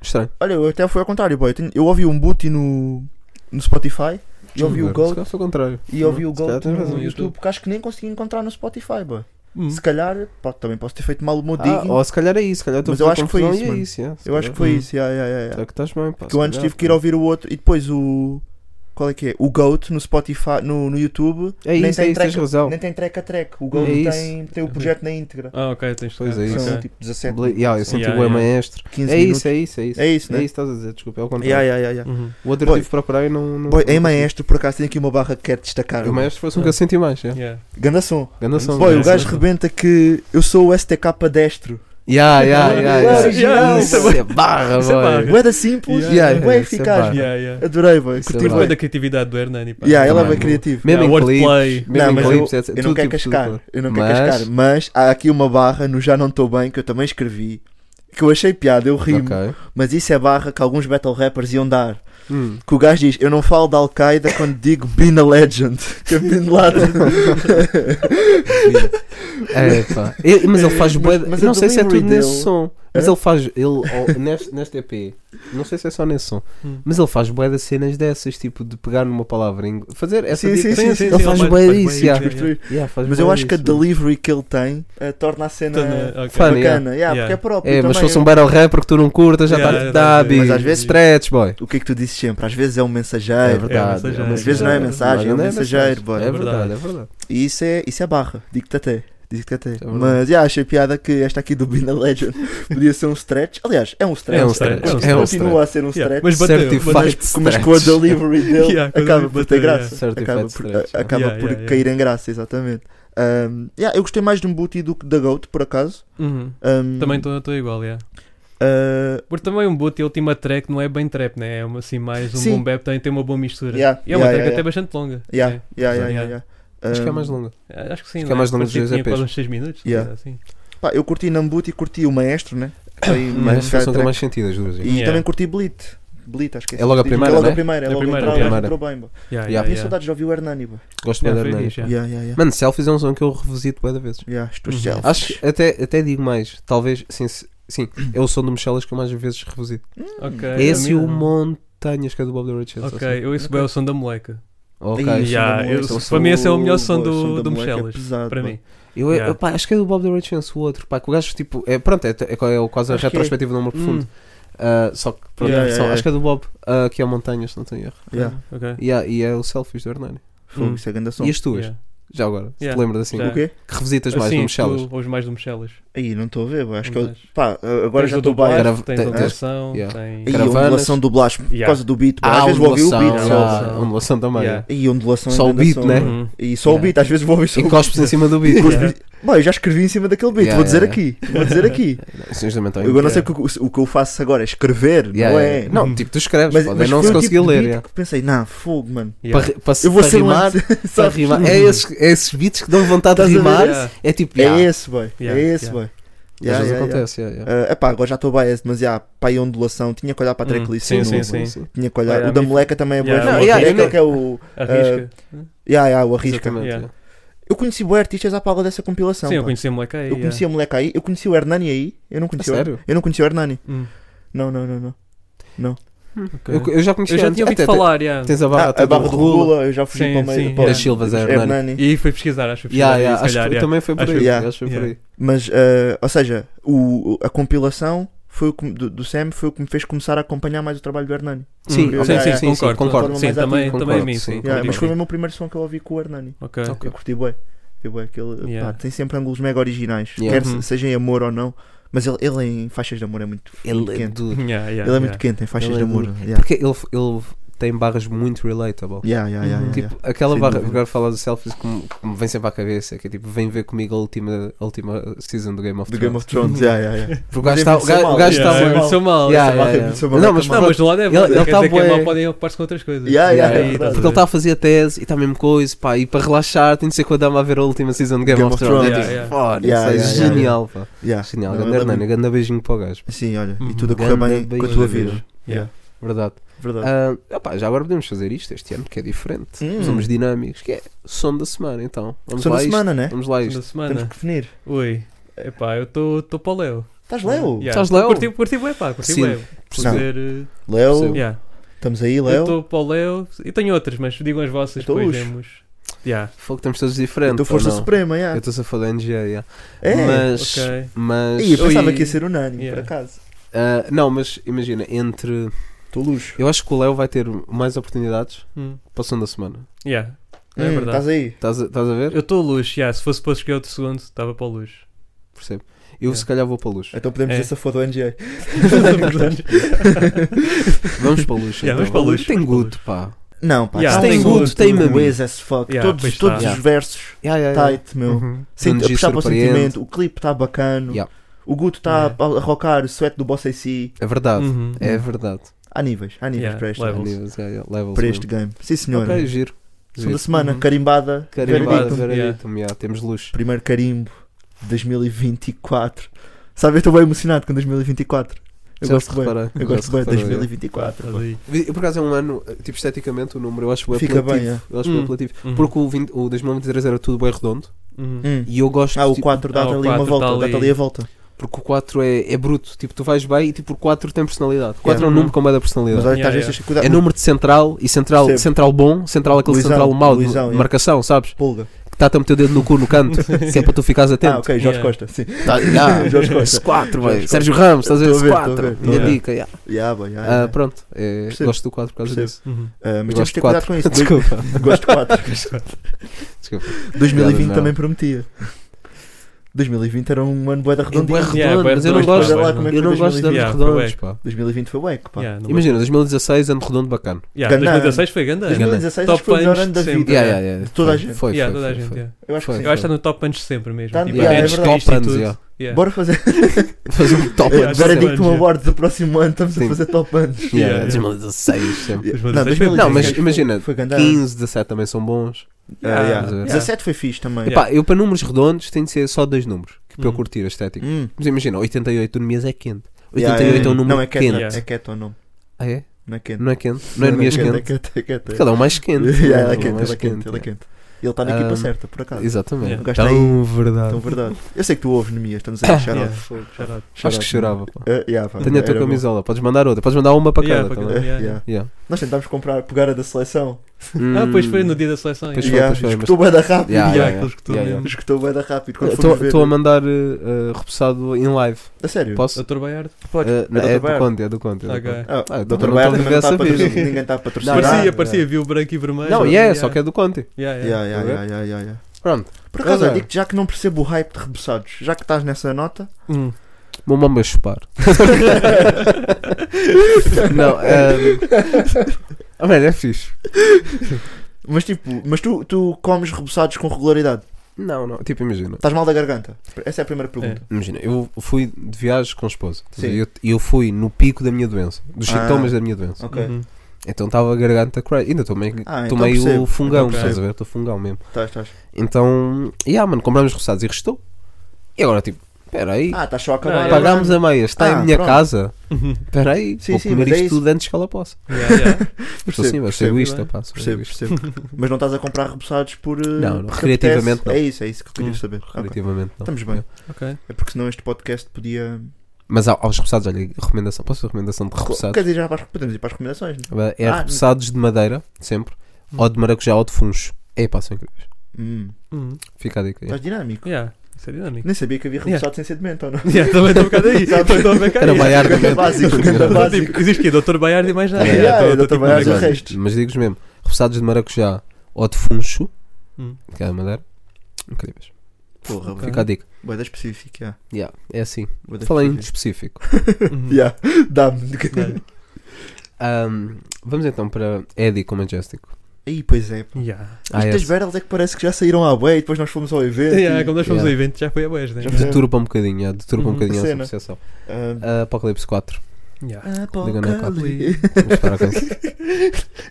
Estranho. Olha, eu até fui ao contrário, boy. Eu, tenho- eu ouvi um boot no, no Spotify e ouvi o Se Goat calhar Foi o contrário. e ouvi o Se calhar Goat tens no razão. YouTube, no YouTube. que acho que nem consegui encontrar no Spotify, boy. Hum. Se calhar, pá, também posso ter feito mal o meu Ah, digging. ou se calhar é isso, se calhar estou Mas a eu fazer acho que foi confusão e é isso, mano. isso, yeah, se eu acho calhar. que foi Hum. isso, yeah, yeah, yeah, yeah. Será que estás bem, pá? que eu se antes calhar, tive que ir ouvir o outro e depois o. Qual é que é? O Goat no Spotify, no, no YouTube. É nem isso, é tem isso, tens track, razão. nem tem track a track. O É Goat isso. tem, tem o projeto na íntegra. Ah, ok, tens Pois é ah, isso. São ok. tipo 17, Bla- Yeah, eu senti Yeah, o yeah. maestro. 15 É minutos. isso, é isso, é isso. É isso, É né? isso, estás a dizer, desculpa, é o contrário. Yeah, yeah, yeah, yeah. Uhum. O outro eu Boy. tive de procurar e não. não Boy, não em consegui. maestro, por acaso tem aqui uma barra que quero destacar. É O mano. maestro foi o que eu senti mais, yeah. Yeah. Ganda som. Ganda som. Boy, o ganda gajo som. rebenta que eu sou o STK destro. Yeah, yeah, yeah, yeah. Original, Isso é barra, Isso é barra. boy. Ué da simples, Yeah, yeah, bué yeah, isso é eficaz. barra. mano. Yeah, yeah. Adorei, boy. Isso é Curti barra. bué. Foi da criatividade do Hernani. pá. Yeah, ela é Também, bem criativa. Mesmo Yeah, em clipes, wordplay. mesmo não, em mas clipes, eu, etc. eu não Tudo quero tipo de cascar. coisa. Eu não quero Mas- cascar. Mas há aqui uma barra no Já Não Estou Bem que eu também escrevi. Que eu achei piada, eu rimo. Ok. Mas isso é barra que alguns battle rappers iam dar. Hum. Que o gajo diz: Eu não falo da Al-Qaeda quando digo Been a Legend. Que é Bin Laden. É, pá. Ele- mas ele faz bué. de- mas não o sei se é tudo delivery dele- nesse som. Mas É? ele faz. Ele, ao- neste, neste EP. Não sei se é só nesse som. Hum. Mas ele faz bué de cenas dessas, tipo de pegar numa palavra. em- Fazer essa Sim, dica- sim, sim, sim, Ele sim, faz ele bué faz bué disso. isso, yeah. yeah, yeah. Yeah, faz Mas bué eu acho que a é disso. delivery que ele tem eh, torna a cena Torna- Então, ok. Funny, yeah. bacana. Yeah, Yeah. Porque é próprio. É, mas se também. fosse um battle rapper que tu não curtas, já tá Yeah, está yeah, dab. yeah. Mas às vezes- stretch, boy. O que é que tu dizes sempre? Às vezes é um É mensageiro. verdade. mensageiro. Às vezes não é mensagem, é um Não mensageiro, boy. É verdade, é verdade. E isso é, isso é barra, digo-te até. Digo-te até. É verdade. Mas já achei piada que esta aqui do Bina Legend podia ser um stretch. Aliás, é um stretch. É um stretch, stretch. é um Continua a ser um Yeah, stretch. Mas bateu. Certified bateu. Mas é com a stretch. delivery dele Yeah, com a acaba delivery por bateu, ter graça. yeah. Acaba Certified por, stretch, a- yeah. acaba Yeah, por yeah, cair em graça, exatamente. Um, yeah, eu gostei mais de um booty do que da Goat, por acaso. Uhum. Um, Também estou igual, yeah. uh, Porque também um boot, ele tem uma track, não é bem trap, né? É uma, assim mais um Sim. boom bap, também tem uma boa mistura. Yeah, E é uma yeah, track yeah, até yeah. bastante longa. É. yeah, yeah, yeah, Exato. yeah, yeah. Acho que é Um, mais longa. Acho que sim, Acho que né? é mais longa Parecia dos que tinha EPs. quase uns 6 minutos. Yeah. coisa assim. pá, eu curti Nambuti e curti o Maestro, né? Que foi uma Mas cara são track. mais sentido as duas. E Yeah. também curti Blit. Blit, acho que É logo a esse primeira, É logo né? a primeira, é É a logo a primeira, entrada, yeah. entrou bem. bô. Yeah, Yeah. yeah, Tinha yeah. saudades de ouvir o Hernani, bô. Gosto Yeah, bem da foi Hernani. fixe, yeah. Yeah, yeah, yeah. Mano, selfies é um som que eu revisito bué da vezes. Yeah, isto Uhum. selfies. Acho que até, até digo mais, talvez, sim, se- sim, é o som do Michelas que eu mais vezes revisito. Ok, É esse e a o minha- Montanhas, que é do Bob the Richards. Ok, eu isso bem é o som da moleca. Ok. Ih, Yeah, som da eu- moleca, para mim esse é o melhor bô, som do- da do moleca é Michelas, pesado, Para bô. mim. Eu, Yeah. eu, pá, acho que é do Bob the Richards o outro, pá, que o gajo tipo, é, pronto, é, é, é quase a Acho que é. retrospectiva do Hum. amor profundo. Ah, só que, pronto, Yeah, só- yeah, acho que é do Bob, ah, que é o Montanhas, se não tenho erro. Yeah, Ok. Yeah, e é o Selfies do Hernani. fogo, Hum. isso é grande som. E as tuas, Yeah. já agora, se te Yeah. lembras assim, Já. O quê? que revisitas mais Assim, do Michelas. tu ouves mais do Michelas. Aí, não estou a ver, boy. acho que eu, Mas- pá, agora Tens já o estou bem. dublagem, Cara, tens a tens- atuação, yeah. Aí, tens... a Caravanas. ondulação do Blas por Yeah. causa do beat, boy. Ah, às vezes vou ouvir o beat ondulação, só. yeah, ondulação também. Yeah. E ondulação é Só o grande beat, som, né? boy. Uhum. E só o Yeah. beat, às vezes vou ouvir só E o cospes em cima do beat. beat. Yeah. Boy, eu já escrevi em cima daquele beat, Yeah, vou dizer yeah. aqui, vou dizer aqui. Isso é também tão Eu não sei que o, o que eu faço agora é escrever, Yeah, não yeah. é? Não, tipo, tu escreves, Mas, podem mas não foi se o conseguir tipo de ler. beat yeah. que pensei, não, fogo, mano. Yeah. Para, para, Eu vou para ser um rimar, antes- para sabes? rimar. É esses, é esses beats que dão vontade de Estás a ver? rimar. Yeah. É tipo, É yeah, esse, boy. Yeah, É esse, yeah. boy. às Yeah, vezes yeah, yeah. acontece. yeah, yeah. Ah, epá, agora já estou biased, mas já, pá, a ondulação, tinha que olhar para a Hum, tracklist, sim, não, sim, mano. sim. tinha que olhar. Olha, o a da mim- moleca também é bom. Yeah, yeah, é eu aquele não- que é o. Arrisca. Yeah, yeah, o arrisca. Exatamente, Yeah. yeah. Eu conheci o artistas à pala dessa compilação. Sim, eu pá. conheci a moleque aí. Eu conheci a moleca aí, eu conheci o Hernani aí. Eu não conheci A o É sério? Eu não conheci o Hernani. Hum. Não, não, não, não. ok. Eu, eu já conheci Eu já antes. Até tinha ouvido te- falar, yeah. Tens a barra, Ah, até a barra do Rula, eu já fugi Sim, para o meio. sim. para o- Das Silvas, é Hernani. Hernani. E foi pesquisar, acho que foi Yeah, pesquisar. yeah, aí, se acho calhar, que yeah. também foi por Acho aí. que- yeah, acho que foi por yeah. aí. Mas, ah, ou seja, o, a compilação foi o que me- do, do Sam foi o que me fez começar a acompanhar mais o trabalho do Hernani. Sim, sim, Ok, yeah, sim, yeah. sim, concordo, sim, concordo. concordo. Sim, Sim, também, concordo, também é a mim, sim. sim. Yeah, Concordo, mas foi sim. mesmo o primeiro som que eu ouvi com o Hernani. Ok. Ok. Eu curti bué. Curti bué aquele, Yeah. pá, tem sempre ângulos mega originais, Yeah. quer se- Uhum. seja em amor ou não. Mas ele, ele em faixas de amor é muito Ele é quente. do. Yeah, yeah, ele é yeah. muito quente em faixas Ele de é amor. duro. Yeah. Porque ele, ele tem barras muito relatable. Yeah, yeah, yeah, yeah, Tipo, aquela Sem barra, dúvida. agora falar do selfies como, como vem sempre à cabeça, que é tipo, vem ver comigo a última, a última season do Game of Do Thrones. Game of Thrones, yeah, yeah, yeah. Porque o gajo Mas está. O envelheceu gajo- mal. o gajo está. Yeah, mal. envelheceu Yeah, mal. yeah. yeah, barra yeah. envelheceu mal. Não, mas Não, mas do lado é bom. Ele- ele quer tá dizer que é bué- mal, podem ocupar-se com outras coisas. Yeah, yeah, Yeah, yeah, Aí, tá verdade. estás Porque ele está a a fazer a tese e está mesmo coisa, pá, e para relaxar tem de ser com a dama a ver a última season de Game, of Thrones. Thrones. É Yeah, tipo, foda, Yeah, isso é yeah, yeah, genial, pá. Yeah. Genial, Não, grande ele é Hernani, muito- grande beijinho para o gajo, Sim, olha, e Uhum. tudo a correr Ganda bem com a beijo. tua vida. Yeah. verdade. Verdade. Ah, opá, já agora podemos fazer isto este ano, que é diferente. Hum. Somos dinâmicos, que é som da semana, então. Vamos Só lá na a isto. semana, né? Vamos lá a fim isto. da Temos que semana. definir. Ui. Epá, eu estou para o Leo. Estás Leo? Uhum. Yeah. Estás Leo? Curti- Curti bem, pá. Curti Sim. bem. Percebeu? Perceber, eh, Leo, Percebo. yeah. estamos aí, Eu Leo. estou para o Leo. E tenho outras, mas digam as vossas, Então, depois os- vemos. Yeah. Fogo, estamos todos Eu diferentes. estou Então Força ou não? Suprema, Eu yeah. estou a falar da NGA, yeah. É. Mas. ok. mas Ih, eu pensava Ui. que ia ser unânime, Yeah. por acaso. ah, não, mas imagina, entre. Estou luxo. Eu acho que o Léo vai ter mais oportunidades Hum. para o som da semana. Yeah. É Hum, verdade. Estás aí? Estás a, estás a ver? Eu estou luxo, yeah. se fosse para escolher outro segundo, estava para o luxo. Percebo. Eu É. se calhar vou para a luz. Então podemos É. dizer se foda o NGA. Vamos para a luz. então. Yeah, vamos para a Tem luz, vamos para a guto, pá. Não, pá. Yeah, tá se tem tudo- good, tem É. mami. ways as fuck. Yeah, todos pois todos tá. os versos Yeah, yeah, yeah. tight, meu. Uhum. Sim, Grande a puxar para o surpreende. sentimento. O clipe está bacano. Yeah. O Guto está Yeah. a rocar o sweat do Boss AC. É verdade. Uhum. É verdade. Há níveis, há níveis Yeah, para este, levels. Há níveis, yeah, yeah, levels para este mesmo. game. Sim, senhor. Ok, giro. É, Segunda giro. semana, Uhum. carimbada. Carimbado, veredicto. veredicto, yeah, Temos luz. Primeiro carimbo de 2024. Sabe, eu estou bem emocionado com 2024. Eu Já gosto se bem. reparei, Eu já gosto se bem de reparei, yeah. 2024. pô. Tá Ali. Por acaso é um ano, tipo esteticamente o número, eu acho bem Fica apelativo. bem, é. Eu acho bem Hum. apelativo. Uhum. Porque o, 20 o 2023 era tudo bem redondo Uhum. Hum. e eu gosto. Ah, o tipo, 4 dá ah, o ali uma quatro volta. dá Dá-te ali- ali a volta. Porque o 4 é, é bruto. Tipo, tu vais bem e tipo, o 4 tem personalidade. O 4 é um Yeah. número com bué da Mas personalidade. olha que às Yeah, vezes yeah. tens que cuidar. É número de central e central, Percebo. central bom, central aquele Luizão, central mau de Luizão, yeah. marcação, sabes? Pulga. Que está a meter o dedo no cu no canto, que é para tu ficares Ah, atento. ok, Jorge Yeah. Costa. Sim. Tá, yeah. Ah, Jorge Costa. S4, Jorge velho. Costa. Sérgio Ramos, estás a ver? Tô a ver, tô a S4. ver, É. tô Minha a ver. dica, yeah. Yeah, boy, yeah, Ah, yeah. Pronto, é, Percebo. gosto do 4 por causa Percebo. disso. Uhum. Ah, Eu mas temos gosto que ter de 4. cuidado com isso. Desculpa. Gosto de 4. Desculpa. 2020 Não. também prometia. 2020 era um ano bué da É bué redondinho. redondo, Yeah, bué mas eu não redondo, gosto, pá, bué é redondo. eu não gosto de anos Yeah, foi redondos, bué. pá. 2020 foi wack, pá. Yeah, não- Imagina, 2016, ano redondo bacana. Yeah, Ganda- 2016 foi grande. ano. 2016 Top acho que foi o melhor anos ano da de sempre. vida. Yeah, yeah, yeah. De toda a Foi, gente. Foi, Yeah, foi, toda a foi, gente, foi. yeah. Eu acho Foi. que sim. Eu acho que está no top antes sempre mesmo. Tá no- tipo, yeah, antes é disto verdade. e Top anos, tudo. yeah. Yeah. Bora fazer. Fazer um top Yeah, antes. agora digo- Veredicto Sim. awards do próximo ano. Estamos a Sim. fazer top anos. Yeah, Yeah, yeah. 2016, sempre. Os 2016 Não, foi 2016 Não, mas foi- imagina, Foi grande ano. 15, 17 também são bons. Ah, yeah. Yeah. Yeah. 17 foi fixe também. Epá, eu para números redondos tem de ser só dois números, que para eu Hum. curtir a estética. Hum. Mas imagina, 88 no mês é quente. 88 Yeah, é um yeah. número Não, é quente. quente. Yeah. É quente o nome. Ah, é? Não é quente. Não é quente? Não é no mês É quente? quente, é quente. é Cada um mais quente. quente. não é? Yeah, é Um quente, mais Ele é quente, ele é quente. Ele está na equipa Um, certa, por acaso. Exatamente. Yeah. O gajo está aí. Tão verdade. Então, verdade. Eu sei que tu ouves, Nemias. Estamos aí a Yeah, chorar. foi, shout out. Acho que chorava. Pá. Ah, yeah, pá, Tenho a tua era bom. Uh, camisola, podes mandar outra, podes mandar uma para Yeah, cada. para também. cada. Yeah. Yeah. Yeah. Nós tentámos comprar, pegar a da seleção. Hum. Ah, pois foi no dia da seleção. Hum. Pois foi, yeah. Yeah, pois foi, escutou bem da rápido. Yeah, Yeah, yeah, aqueles que tu yeah, mesmo. Escutou bem da rápido. Quando fomos ver. Estou a mandar uh, uh, repassado em live. A sério? Posso? Doutor Baiardo. Uh, não, É é do do Bayern. Conte, é do Conte. é do Ok. Conte. Ah, Ah, o então Dr. não estou a Baird também ver não está a essa patrocinar. vida. Ninguém está a patrocinar. Não, tá Parecia, yeah. parecia, viu branco e vermelho. Não, e é, só que é do Conte. Yeah, yeah. Yeah, yeah, yeah, yeah, yeah, yeah. Pronto. Por acaso, eu Agora. digo já que não percebo o hype de reboçados, já que estás nessa nota, Hum. Meu mama chupar. não, ahm, ah, mano, é fixe. mas tipo, mas tu, tu comes reboçados com regularidade? Não, não, tipo, imagina. Estás mal da garganta? Essa é a primeira pergunta. Imagina, eu fui de viagem com a esposa. Sim. E eu, eu fui no pico da minha doença, dos Ah. sintomas da minha doença. Ok, Uhum. Então estava a garganta crazy. Ainda tomei, Ah, então tomei percebo. o fungão, Ok. estás a ver? Estou fungão mesmo. estás, estás. Então, yeah, mano, compramos roçados e restou. E agora, tipo, peraí, Ah, estás só a acabar. Ah, agora. pagámos a meia, está Ah, em minha pronto. casa. Peraí, Sim, vou sim, comer mas é isto isso. tudo antes que ela possa. Uhum. Yeah, yeah. Estou assim, mas sou percebo, é? egoísta, bem. pá. sou Percebo, egoísta, percebo. Mas não estás a comprar reboçados por. eh, Não, não, porque recreativamente apetece? não. É isso, é isso que eu queria Hum, saber. Ok. Relativamente, não. Estamos bem. Ok. É porque senão este podcast podia. Mas ao- aos roçados, olha, recomendação. Posso fazer recomendação de roçados? Quer dizer, já para, podemos ir para as recomendações, né? É Ah, roçados de madeira, sempre. Ou de maracujá ou de funcho. É pá, são incríveis. Hum, Hum. Fica a dica. aí. estás dinâmico. Yeah. Isso é dinâmico. Nem sabia que havia Yeah. reboçados sem ser de menta, ou não? Yeah, também estou um bocado aí. Sabe? Também estou a ver cá Era aí. maiar de Ganda básico, ganda menta. básico. Tipo, Existe aqui, Dr. Baiardo e mais nada. Yeah, Yeah, yeah, tô- tô Dr. tipo Baiardo. Mas no o meio. resto? Mas digo-vos mesmo, roçados de maracujá ou de funcho, Hum. que é a madeira, incríveis. Porra, okay. Fica a dica. boeda específica. yeah. Yeah, é assim. Boeda Falei em específica. específico. Uhum. Yeah, Dá-me. Ahm, vamos então para Eddie com Majestic. Aí, pois é. Yeah. Ah, Estas esse. barrels é que parece que já saíram à bué e depois nós fomos ao evento. Yeah, e- quando nós fomos ao Yeah. evento já foi a boas, né? Já foi. Deturpa um bocadinho, yeah, deturpa um Uhum. bocadinho essa Cena. percepção. Ah, Ah, Apocalipse 4. Yeah. Liga na cota. Apocalipse. Vamos parar com isso.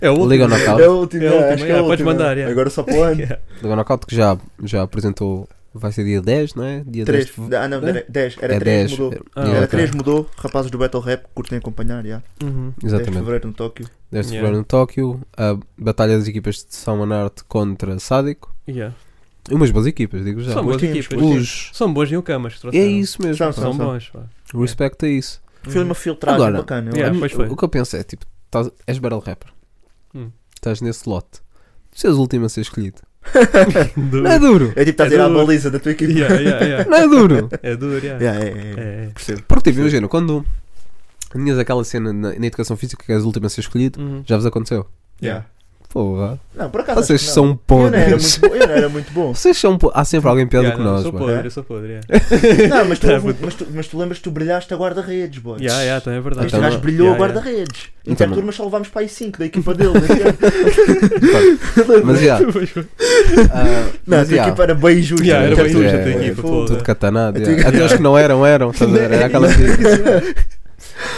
É o último. Liga ao É Knockout. o último, É a yeah, última, acho que é yeah, a podes última. mandar, yeah. Agora só para o ano. Yeah. Liga ao Knockout que já, já apresentou, vai ser dia 10, não é? Dia 3. 10. Ah, não, era 10. Era É 3, 10. mudou. Ah, Yeah, Era ok. 3, mudou. Rapazes do Battle Rap curtem acompanhar, já. Uhum. 10 de Exatamente. fevereiro no Tóquio. 10 de Yeah. fevereiro no Tóquio. A batalha das equipas de Salman Art contra Sádico. Yeah. E umas boas equipas, digo já. São boas Boas equipas. times, Os. São boas e o Camas. que É trouxeram. isso mesmo. São, São bons. pá. Respeito a isso. Foi uma filtragem Agora, bacana. eu yeah. acho. pois foi. O que eu penso é, tipo, tás- és battle rapper. Hum. Estás nesse lote. Tu és o último a ser escolhido. Duro. Não é duro. É tipo, estás a ir É à do- baliza da tua equipe. Yeah, yeah, yeah. Não é duro. É duro, yeah. Yeah, é, é, é. É, é. Percebo. Porque, tipo, imagina, quando tinhas aquela cena na, na educação física que és o último a ser escolhido, Uhum. já vos aconteceu. Yeah. Porra. Não, por acaso. Vocês acho que não. são Eu não era podres. muito bom. Eu não era muito bom. Vocês são po- Há sempre alguém pior do Yeah, que não, nós, eu sou mano. podre, É? eu sou podre. Yeah, Não, mas tu, É, houve- mas, tu, mas tu lembras que tu brilhaste a guarda-redes, boy. yeah, yeah, também é verdade. Este Então, gajo brilhou yeah, a guarda-redes. Então, Interturmas mas só levámos para aí 5 da equipa dele. né? Mas, já. yeah. Pois foi. ah, Não, a mas, tua já, equipa era bem justa. Yeah, era bem Interturmas. justa a tua É, equipa foda. toda. Tudo catanado. A já. tua equipa- Até os que não eram, eram. estás a ver? Era aquela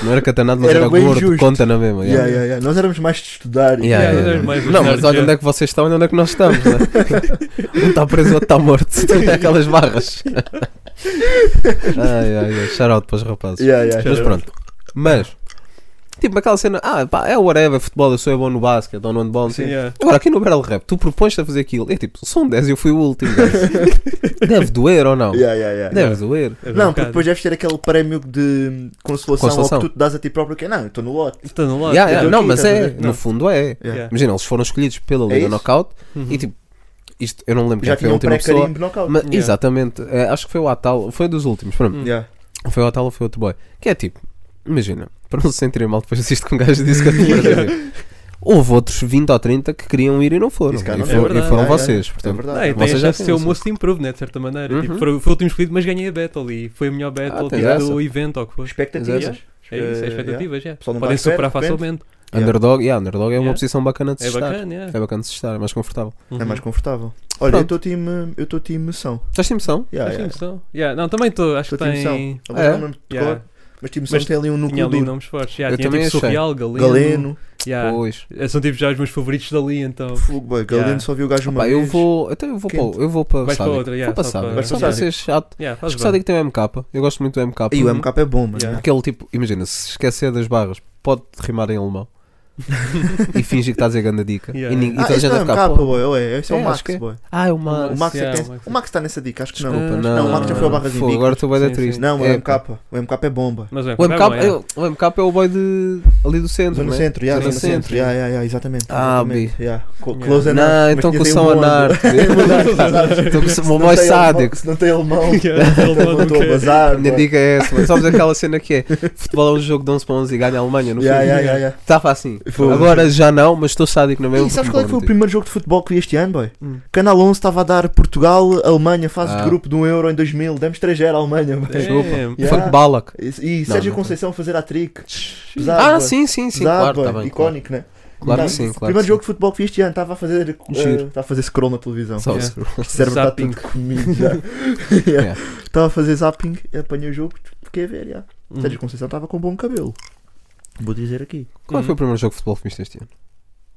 Não era catanado, mas Era era, bem gordo. justo. Conta na mesma. já. Yeah, yeah, yeah. Nós éramos mais de estudar. e- Yeah, Yeah, yeah, nós mais yeah. Não, mas gostamos, olha já. onde é que vocês estão e onde é que nós estamos. Né? um está preso, o outro está morto. Aquelas barras. ai, ai, ai. Shout out para os rapazes. Yeah, yeah, Mas yeah. pronto. Mas, tipo, aquela cena, ah, pá, é whatever, futebol, eu sou é bom no basquete, ou no handball, não Sim, sei. yeah. Agora, aqui no Battle Rap, tu propões-te a fazer aquilo. É tipo, são 10 e eu fui o último. guys. Deve doer ou não? Yeah, yeah, yeah. Deve doer. então. É Não, verdade. porque depois deves ter aquele prémio de consolação, Consolação. ou que tu te dás a ti próprio, que é, não, eu estou no lote. Está Tá no lado. Yeah, yeah, eu tô Não, aqui, mas estás a é, ver? no Não. fundo é. Yeah. Imagina, eles foram escolhidos pela É Liga isso? Knockout Uhum. e tipo, isto, eu não me lembro Já quem é foi tinha a um última pessoa. pré-carimbo knockout. Mas, Yeah. Exatamente, É, acho que foi o Atal, foi dos últimos, pronto. Hum. Yeah. Foi o Atal ou foi outro boy. Que é tipo, imagina, para não se sentirem mal depois disto que um gajo disse que eu tinha para dizer. Houve outros 20 ou 30 que queriam ir e não foram. Isso E, cá não for- é e verdade, foram é, é, vocês, é portanto. verdade. Não, e Vocês tem a já chance de ser o conhecem. most improved, né? De certa maneira. Uhum. Tipo, foi, foi o último escolhido, mas ganhei a battle e foi o melhor battle Ah, tens tipo, essa. do evento ou o que foi. Expectativas. Yeah. É isso, é Eh, expectativas, yeah. Pessoal não Podem tá à espera, superar de repente. facilmente. Yeah. Underdog, yeah, underdog é uma Yeah. posição bacana de se É estar. bacana, yeah. É bacana de se estar, é mais confortável. É Uhum. mais confortável. Olha, eu Pronto. estou time, eu estou time são. Estás sem noção? Yeah, Acho que yeah. são. Yeah, Não, também estou, acho Estou que time tem. são. Agora É? não me lembro de Yeah. cor, mas time Mas são tem ali um Tinha núcleo ali duro. nomes fortes. Yeah, Eu tinha também tipo achei. Surreal, Galeno. Galeno, Yeah. Pois. São tipo já os meus favoritos dali, então. fogo, boy, Galeno Yeah. só viu o gajo uma Pá, eu vez. vou. Então eu vou Quente. para eu vou para Vais para Sádico. outra, yeah, Vou para só Sádico. para- Só Vais para ser para chato. Yeah, faz Acho que Sádico bem. tem o MK. Eu gosto muito do MK. E o MK é bom, mano. Yeah. Aquele tipo, imagina, se esquecer das barras, pode rimar em alemão e fingir que está a dizer ganda dica. Yeah. E, ninguém- e Ah, toda a esse gente não vai é ficar, MK, pô. boy. eu é, esse é o É, Max, acho que é. boy. Ah, é o O Max. Max é yeah, que o tem. Max. O Max está nessa dica, acho que não. Desculpa, Ah, não. não, o Max já foi ao Barras Fogo, Invictas. Agora estou bem da Sim, triste. Não, o É, MK. O MK é bomba. Mas é, O MK, é bom, é. é, o MK é o boy de, ali do centro. Zona né? centro, yeah, Zona zona centro. centro. Yeah, yeah, yeah, exatamente. Ah, exatamente. Yeah. Co- Yeah. Close enough, Não, mas então tinha com o tem um São onda. Anarte. Estou Então com o meu boy tem alemão- sádico. Se não tem alemão, Yeah, ele então manda o estou a quê? A bazar. minha boy. dica é essa, mano. Sabes aquela cena que é futebol é um jogo de 11 para 11 e ganha a Alemanha no Yeah, fim. yeah, yeah, yeah. Estava assim. Foi- Agora já não, um mas estou sádico na mesma. E sabes qual é que foi o porque me primeiro jogo de futebol que vi este ano, boy? Hum. Canal 11 estava a dar Portugal, Alemanha, fase Ah. de grupo de 1 euro em 2000, demos 3 0 à Alemanha, boy. É, Desculpa. Yeah. Fuck Balak. E, e Sérgio não. Conceição fazer a trick. Pesado, Ah, boy. sim, sim, sim. Pesado, Claro, boy. está bem. claro. Icónico, né? Claro Tá. que sim, claro. primeiro que jogo de futebol que vi este ano, estava a fazer. eh, Giro. Estava a fazer scroll na televisão. sim. Só o Yeah. segundo. Este cérebro está tudo comigo já. yeah. Yeah. Estava a fazer zapping, apanhei o jogo, fiquei a ver, já. hum. Uhum. Sérgio Conceição estava com um bom cabelo. Vou dizer aqui. Qual Uhum. é que foi o primeiro jogo de futebol que viste este ano?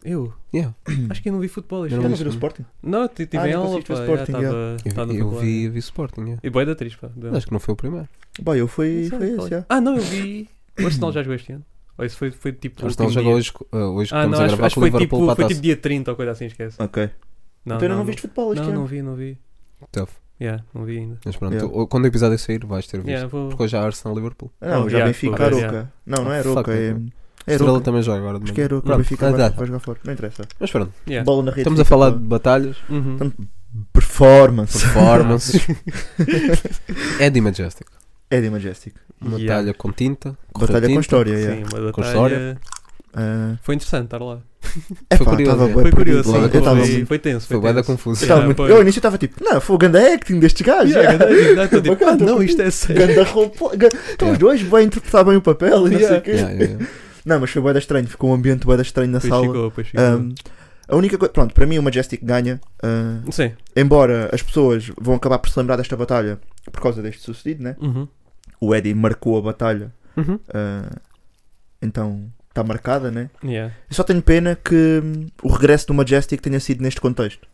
Eu? Yeah. Acho que eu não vi futebol este Eu Estava a ano. ver o Sporting? Não, t- Ah, tive em não aula, conseguiste pá. ver já Sporting, estava- Eu, estava no vi- eu futebol. vi, vi Sporting. yeah. E boi da atriz, pá. da- Acho que não foi o primeiro. Boy, eu Não sei fui, um foi qual esse, é. já. Ah, não, eu vi. O Arsenal já jogou este ano. Ou isso foi, foi tipo. o O Arsenal último joga dia. hoje, eh, hoje que Ah, estamos não, a acho, gravar acho com que o foi Liverpool tipo, para a foi tipo taça. dia 30 ou coisa assim, esquece. Ok. Não, então eu não, não viste futebol este Não, ano. não vi, não vi. Tough. Yeah, não vi ainda. Mas pronto, Yeah. tu- quando o episódio sair vais ter visto. Yeah, vou... Porque hoje há Arsenal-Liverpool. Ah, Não, Oh, já yeah, Benfica, talvez, Aroca. Não, não é Ah, fuck, Aroca, é. ok. É Estrela Aroca. também joga agora. de Acho manhã. que é Aroca, Não, o Benfica ah, vai, tá. vai jogar fora. Não interessa. Mas pronto, Yeah. Bola na rede. estamos a fica falar para- de batalhas, Uhum. Performance. performances. Eddie Majestic. Eddie Majestic. Uma Yeah. batalha com tinta. com Batalha com tinta. história, Sim, yeah. uma Com batalha. história. Ah, Foi interessante estar lá. epá, curioso, estava é. bué Foi perdido curioso, lá. sim, Eu assim, estava foi- muito- foi tenso. Foi Foi bué da tenso. confusa. estava Yeah, muito- foi. Eu ao início estava tipo, não, foi o grande acting deste gajo. Yeah, yeah. não, não, tô tipo, ah, não, isto é sério. Ganda roupa. gan- Então os Yeah. dois vão interpretar bem o papel e não sei o Yeah. quê. Yeah, yeah, yeah. Não, mas foi bué da estranho. Ficou um ambiente bué da estranho na Depois sala. ficou, depois ficou. Ahm, a única coisa, pronto, para mim o Majestic ganha. ah, Sim. embora as pessoas vão acabar por se lembrar desta batalha por causa deste sucedido, né? Uhum. O Eddie marcou a batalha, Uhum. ah, então está marcada, né? Yeah. Eu só tenho pena que hum, o regresso do Majestic tenha sido neste contexto.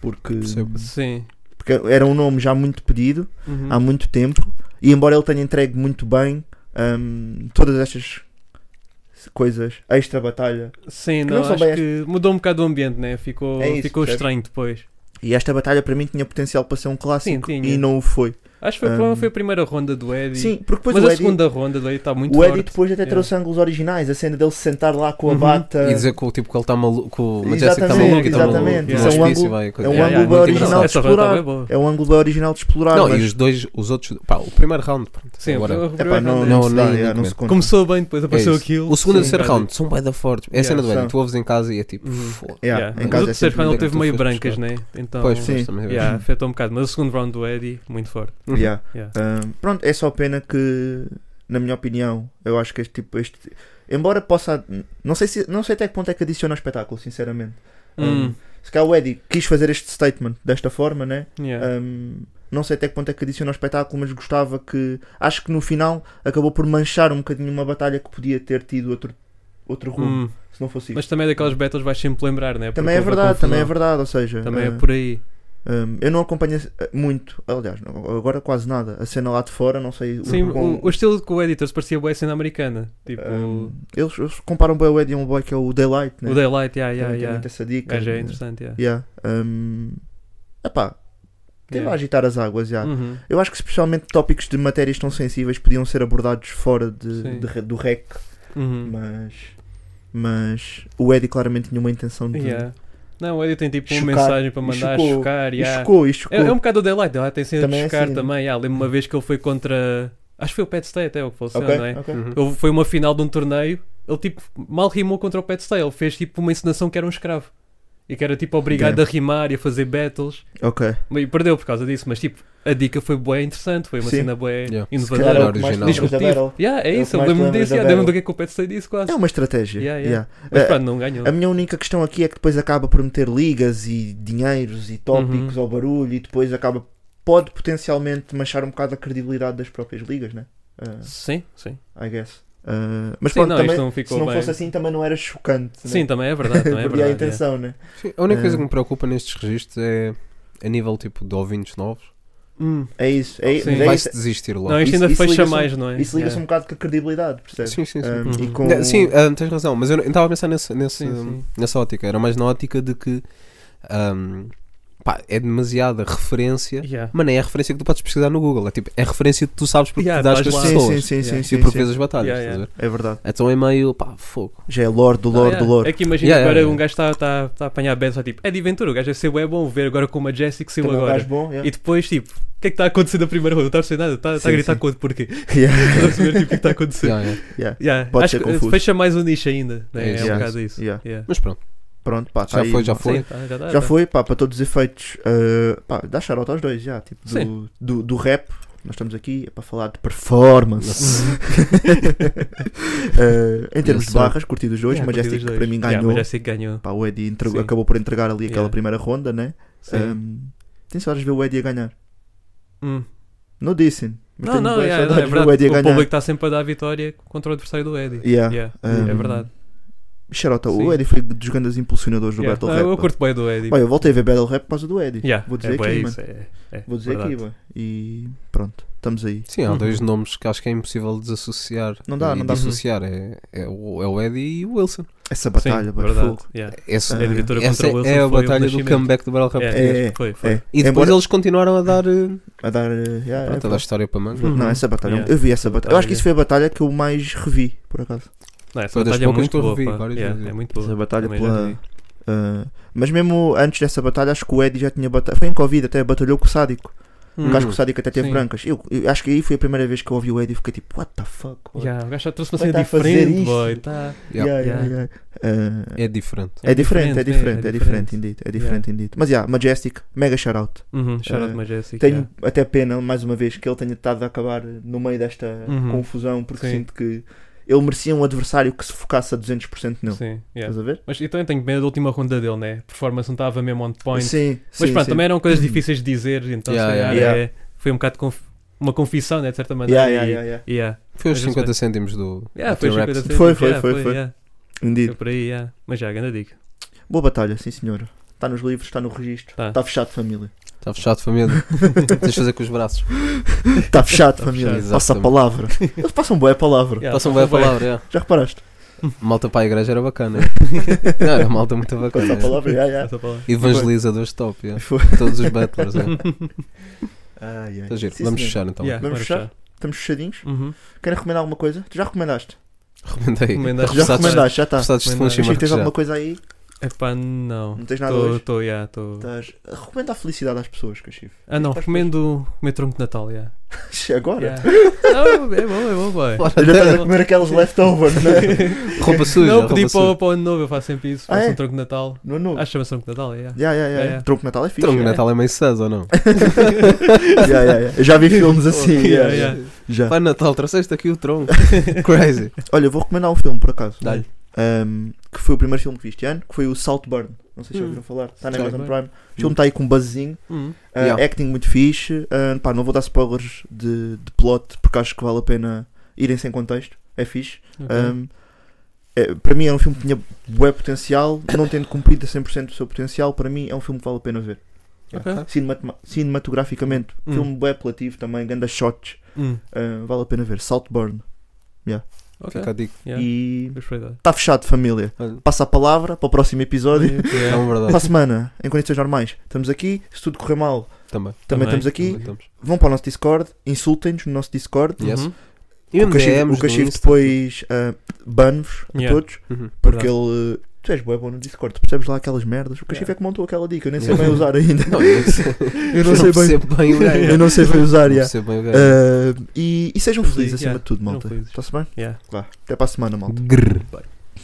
Porque, Percebo. Sim. porque era um nome já muito pedido Uhum. há muito tempo e embora ele tenha entregue muito bem hum, todas estas coisas, extra batalha, Sim, é que não, não são acho bem que mudou um bocado o ambiente, né? Ficou, É isso, ficou percebes? estranho depois. e esta batalha para mim tinha potencial para ser um clássico Sim, tinha. e não o foi. Acho que foi, Ahm. foi a primeira ronda do Eddie. Um, Sim, porque depois mas o a Eddie, segunda ronda do Eddie está muito o Eddie forte. depois até Yeah. trouxe ângulos originais, a cena dele se sentar lá com a Uhum. bata. E dizer que o tipo que ele está maluco, que o Majestic está Exatamente, maluco e está maluco. exatamente. no Isso é um hospício, ângulo- vai, coisa- é um Yeah, yeah, ângulo muito original engraçado. de Essa ronda tá explorar. bem boa. É um ângulo original de explorar. Não, mas... e os dois, os outros. Pá, o primeiro round, pronto. Sim, agora- foi a Epá, primeira É não, ronda. não, é um Não, se dá, nem- yeah, nem não se conta. Começou bem, depois É apareceu isso. aquilo. O segundo e o Sim, um terceiro cara. round são bué da fortes. É a cena do Yeah, Eddie. são. Tu ouves em casa e é tipo. Uhum. foda. Yeah, Yeah. Em Mas o casa é terceiro sempre... round que ele tu teve meio foste brancas, buscar. né? Então, Pois, Sim. também é yeah, verdade. afetou um bocado. Mas o segundo round do Eddie, muito forte. yeah. Yeah. Ahm, pronto, é só pena que, na minha opinião, eu acho que este tipo. Este... Embora possa. Não sei, se, não sei até que ponto é que adiciona ao espetáculo, sinceramente. Ahm, Hum, Se calhar o Eddie quis fazer este statement desta forma, né? yeah. Hum, não sei até que ponto é que adiciona ao espetáculo, mas gostava que. Acho que no final acabou por manchar um bocadinho uma batalha que podia ter tido outro, outro rumo, Hum, se não fosse isso. Mas também daquelas battles vais sempre lembrar, né? Uh, também é Porque houve a verdade, também é confusão. verdade, ou seja, Também eh, é por aí. hum, eu não acompanho eh, muito, aliás, não, agora quase nada, a cena lá de fora, não sei Sim, quão- o, o estilo que o Eddie trouxe parecia boa cena americana. Tipo, hum, eles, eles comparam bem o Eddie a um boy que é o Daylight, né? o Daylight, yeah, yeah, Também tem yeah. muito essa dica. gajo é eh, interessante, yeah. yeah, hum, epá, teve Yeah. a agitar as águas, já. Uhum. Eu acho que especialmente tópicos de matérias tão sensíveis podiam ser abordados fora de, Sim. de- do rec, Uhum. mas, mas o Eddie claramente tinha uma intenção de. Yeah. Não, o Eddie tem tipo um Chocar. uma mensagem para E mandar, chocou. chocar, E yeah. chocou, e chocou. É, é um bocado o Daylight, Daylight tem cena Também é de chocar assim, né? também. Yeah, lembro uma vez que ele foi contra. Acho que foi o Pet Stay até, o que faleceu, Ok, não é? ok. Uhum. Ele- Foi uma final de um torneio, ele tipo mal rimou contra o Pet Stay, ele fez tipo uma encenação que era um escravo. E que era tipo obrigado a rimar e a fazer battles. Ok. E perdeu por causa disso, mas tipo, a dica foi boa interessante, foi uma Sim. cena boa Yeah. Se calhar inovadora. é Era o que mais original. lembras da Disruptivo. Battle. Yeah, é É o isso, que eu mais lembro-me lembras disso, da yeah, lembro-me do Battle. que é que o Pet Stay disse quase. É uma estratégia. Yeah, yeah. yeah. Mas é- Eh, pronto, não ganhou. a minha única questão aqui é que depois acaba por meter ligas e dinheiros e Uhum. tópicos ao barulho e depois acaba. Pode potencialmente manchar um bocado a credibilidade das próprias ligas, né? Eh, Sim, sim. I guess. Eh, mas Sim, pronto, não, também, isto não ficou se não bem. fosse assim também não era chocante. né? Sim, também é verdade, também é Perdi a verdade. yeah. intenção, né? Sim, a única É. coisa Eh. que me preocupa nestes registros é a nível tipo de ouvintes novos. Hum. É isso. É, Sim. mas é Vais isso, desistir logo. Não, isto Isso- ainda isso fecha liga-se um- mais, não é? isso liga-se um Yeah. bocado com a credibilidade, percebes? Sim, sim, sim. Um, Uhum. E com... Não, Sim, ah, tens razão, mas eu não estava a pensar nesse, nesse- Sim, sim. nessa ótica. Era mais na ótica de que ah, pá, é demasiada referência. Yeah. Mas nem é a referência que tu podes pesquisar no Google. É tipo, é a referência que tu sabes porque Yeah, tu dás vais com as lá. pessoas. Sim, sim, sim, Yeah. sim, sim, e porque vês sim. as batalhas. estás Yeah, a ver? É verdade. Então é meio, pá, fogo. Já é lore do Ah, lore yeah. do lore. É que imagina Yeah, agora yeah, um gajo está está- está a apanhar bets, tipo, é de aventura, o gajo é seu, é bom ver agora como a Jessica saiu Também é um agora. gajo bom, yeah. E depois, tipo, o que é que está a acontecer na primeira ronda? Não está a perceber nada, está está a Sim, gritar sim. com outro porquê. Yeah, Estás a perceber tipo, o que é que está a acontecer. Yeah, yeah. yeah. Yeah, Pode acho ser que confuso. fecha mais um nicho ainda, né? É é, isso. um Yeah. bocado isso. Yeah. Yeah. Mas pronto, Pronto, pá, tá já aí. foi, já foi. Sim, tá, já, dá, tá. Já foi, pá, para todos os efeitos, uh, pá, dá shout aos dois, já, tipo, do, Sim. do, do rap, nós estamos aqui é para falar de performance. Uh, em termos Yes, de sir. barras, curti dos dois, Yeah, Majestic curti dos dois. para mim Yeah, ganhou, Majestic ganhou. pá, o Eddie entregou- Sim. acabou por entregar ali aquela Yeah. primeira ronda, né? Sim. Um, tem saudades de ver o Eddie a ganhar, Hum. não dissem, mas Não, tenho não, bué yeah, não, é saudades de ver verdade. o Eddie a O público ganhar. está sempre a dar vitória contra o adversário do Eddie. Yeah. Yeah, Um, é verdade. Shout-out, o Sim. Eddie foi dos grandes impulsionadores do Yeah. Battle Ah, Rap. Eu pá. curto bem do Eddie. Olha, eu voltei a ver Battle Rap por causa do Eddie, Yeah, vou dizer é aqui, bué mano. isso, é- é Vou dizer verdade. aqui, bué. e pronto, estamos aí. Sim, Uhum. há dois nomes que acho que é impossível desassociar. Não dá, e não dá. Dissociar. É, é, o, é o Eddie e o Wilson. Essa Sim, batalha, bué, verdade. fogo. Yeah. Esse- Ah, Vitória essa contra o Wilson é a foi um batalha do nascimento. comeback do Barrel Rap. É, português. É, Foi, foi. É. E depois Embora- eles continuaram a dar. eh, a dar. eh, yeah, é, Pronto, a pá. dar história para manga. Uhum. Não, essa batalha. Yeah. Eu vi essa batalha. Eu acho que isso Batalha. foi a batalha que eu mais revi, por acaso. Não, essa Foi das batalha é poucas muito que eu boa. revi, pá. várias Yeah, vezes. É muito boa. Essa batalha Também pela- já vi. Ah, mas mesmo antes dessa batalha, acho que o Eddie já tinha batalha. Foi em Covid, até batalhou com o Sádico. O Hum. gajo com o Sádico até teve Sim. brancas. Eu, eu acho que aí foi a primeira vez que eu ouvi o Eddie e fiquei tipo, what the fuck? boy? Yeah, o gajo já trouxe uma Vai cena estar a fazer diferente, isto. boy. Tá. Yeah. Yeah, yeah, yeah. Ah, É diferente. é, diferente, é diferente, é diferente, indeed. É diferente, indeed. Mas yeah, Majestic, mega shout-out. Uhum, shout out Eh, Majestic. Tenho yeah. até pena, mais uma vez, que ele tenha estado a acabar no meio desta Uhum. confusão, porque Sim. sinto que ele merecia um adversário que se focasse a 200% nele. Sim, yeah. Estás a ver? Mas então eu também tenho medo da última ronda dele, né? A performance não estava mesmo on point. Sim, Mas pronto, sim, sim. Uhum. também eram coisas difíceis de dizer, então Yeah, se calhar yeah. é- foi um bocado conf- uma confissão, né? De certa maneira. Yeah, yeah, e- yeah, yeah. yeah. Foi os Mas eu 50 cêntimos do. Yeah, do foi, T-Rex. 50 Foi, centímetros, foi, yeah, foi, foi. yeah. Foi Indeed. por aí, yeah. Mas já, grande dica. Boa batalha, sim senhor. Está nos livros, está no registro. Tá. Está fechado, família. Está Tá fechado, família. Tens de fazer com os braços. Está fechado, família. fechado. Passa a palavra. Eles passam boa a Tá palavra. Yeah, Passam bem a passam bem. palavra. é. Já reparaste? Malta para a igreja era bacana. Não, era malta muito Passa a bacana. palavra, já, já. Passa a palavra. Evangelizadores top. é. Foi. Todos os battlers. é. Ai, ai. Tá Está giro. Sim, Vamos senhor. fechar então. Yeah, Vamos bora fechar? Estamos fechadinhos. Uhum. Querem recomendar alguma coisa? Tu já recomendaste? Recomendei. Recomendaste. Já Repousados. recomendaste, já está. Gostaste de Recomendado. Funchal Achei que tens alguma Marquejá. coisa aí. Epá, não. Não tens nada Tô- hoje. Tá. tô, yeah, tô- Estás... Recomenda a felicidade às pessoas, Cachif. Ah, não, Estás recomendo comer tronco de Natal, yeah. Yeah. Agora? Não, é bom, é bom, boy. É. Fora Já estás dela. a comer aquelas leftovers, não é? Roupa suja. Não, roupa pedi suja. para, para o ano novo, eu faço sempre isso. Ah, faço é? um tronco de Natal. No novo. Ah, chama-se tronco de Natal, é. Yeah, yeah, yeah. É, é. Tronco de Natal é fixe. Tronco de yeah. Natal é meio saz ou não? Yeah, yeah, yeah. Eu Já vi filmes assim. yeah, yeah. Já. Pai Natal, trouxeste aqui o tronco. Crazy. Olha, eu vou recomendar um filme, por acaso. Dá-lhe. Um, que foi o primeiro filme que vi este ano, que foi o Saltburn. Não sei se já ouviram falar. Está na Amazon Prime. O filme está aí com um buzzinho. Hum. Uh, Yeah. Acting muito fixe. Uh, pá, não vou dar spoilers de, de plot, porque acho que vale a pena irem sem contexto. É fixe. Ok. Um, é, para mim era um filme que tinha bué potencial, não tendo cumprido a 100% do seu potencial, para mim é um filme que vale a pena ver. Ok. Cinematoma- cinematograficamente, Hum. filme bué apelativo também, ganda shots, Hum. ah, vale a pena ver. Saltburn. Ok. Fica a dica. Yeah. E Vou espreitar. está fechado, família. Olha. Passa a palavra para o próximo episódio. É uma Para a verdade. semana, em condições normais, estamos aqui. Se tudo correr mal, Também. também, Também, estamos aqui. Também estamos. Vão para o nosso Discord, insultem-nos no nosso Discord. Yes. Uhum. E O Cachif- MDMs o no Cachif Insta. depois ah, ban-vos a Yeah. todos. Uhum. Porque ele. eh, Tu és bué bom no Discord, tu percebes lá aquelas merdas. O Cachif é que montou aquela dica, eu nem sei bem usar ainda. Não, eu não sei- Eu não sei bem. percebo bem o gajo. Eu não sei bem usar, Não yeah. percebo bem o gajo. Ah, e, e sejam felizes acima Yeah, de tudo, sejam malta. felizes. Está-se bem? Yeah. Claro. Até para a semana, malta. Grrr. Bye.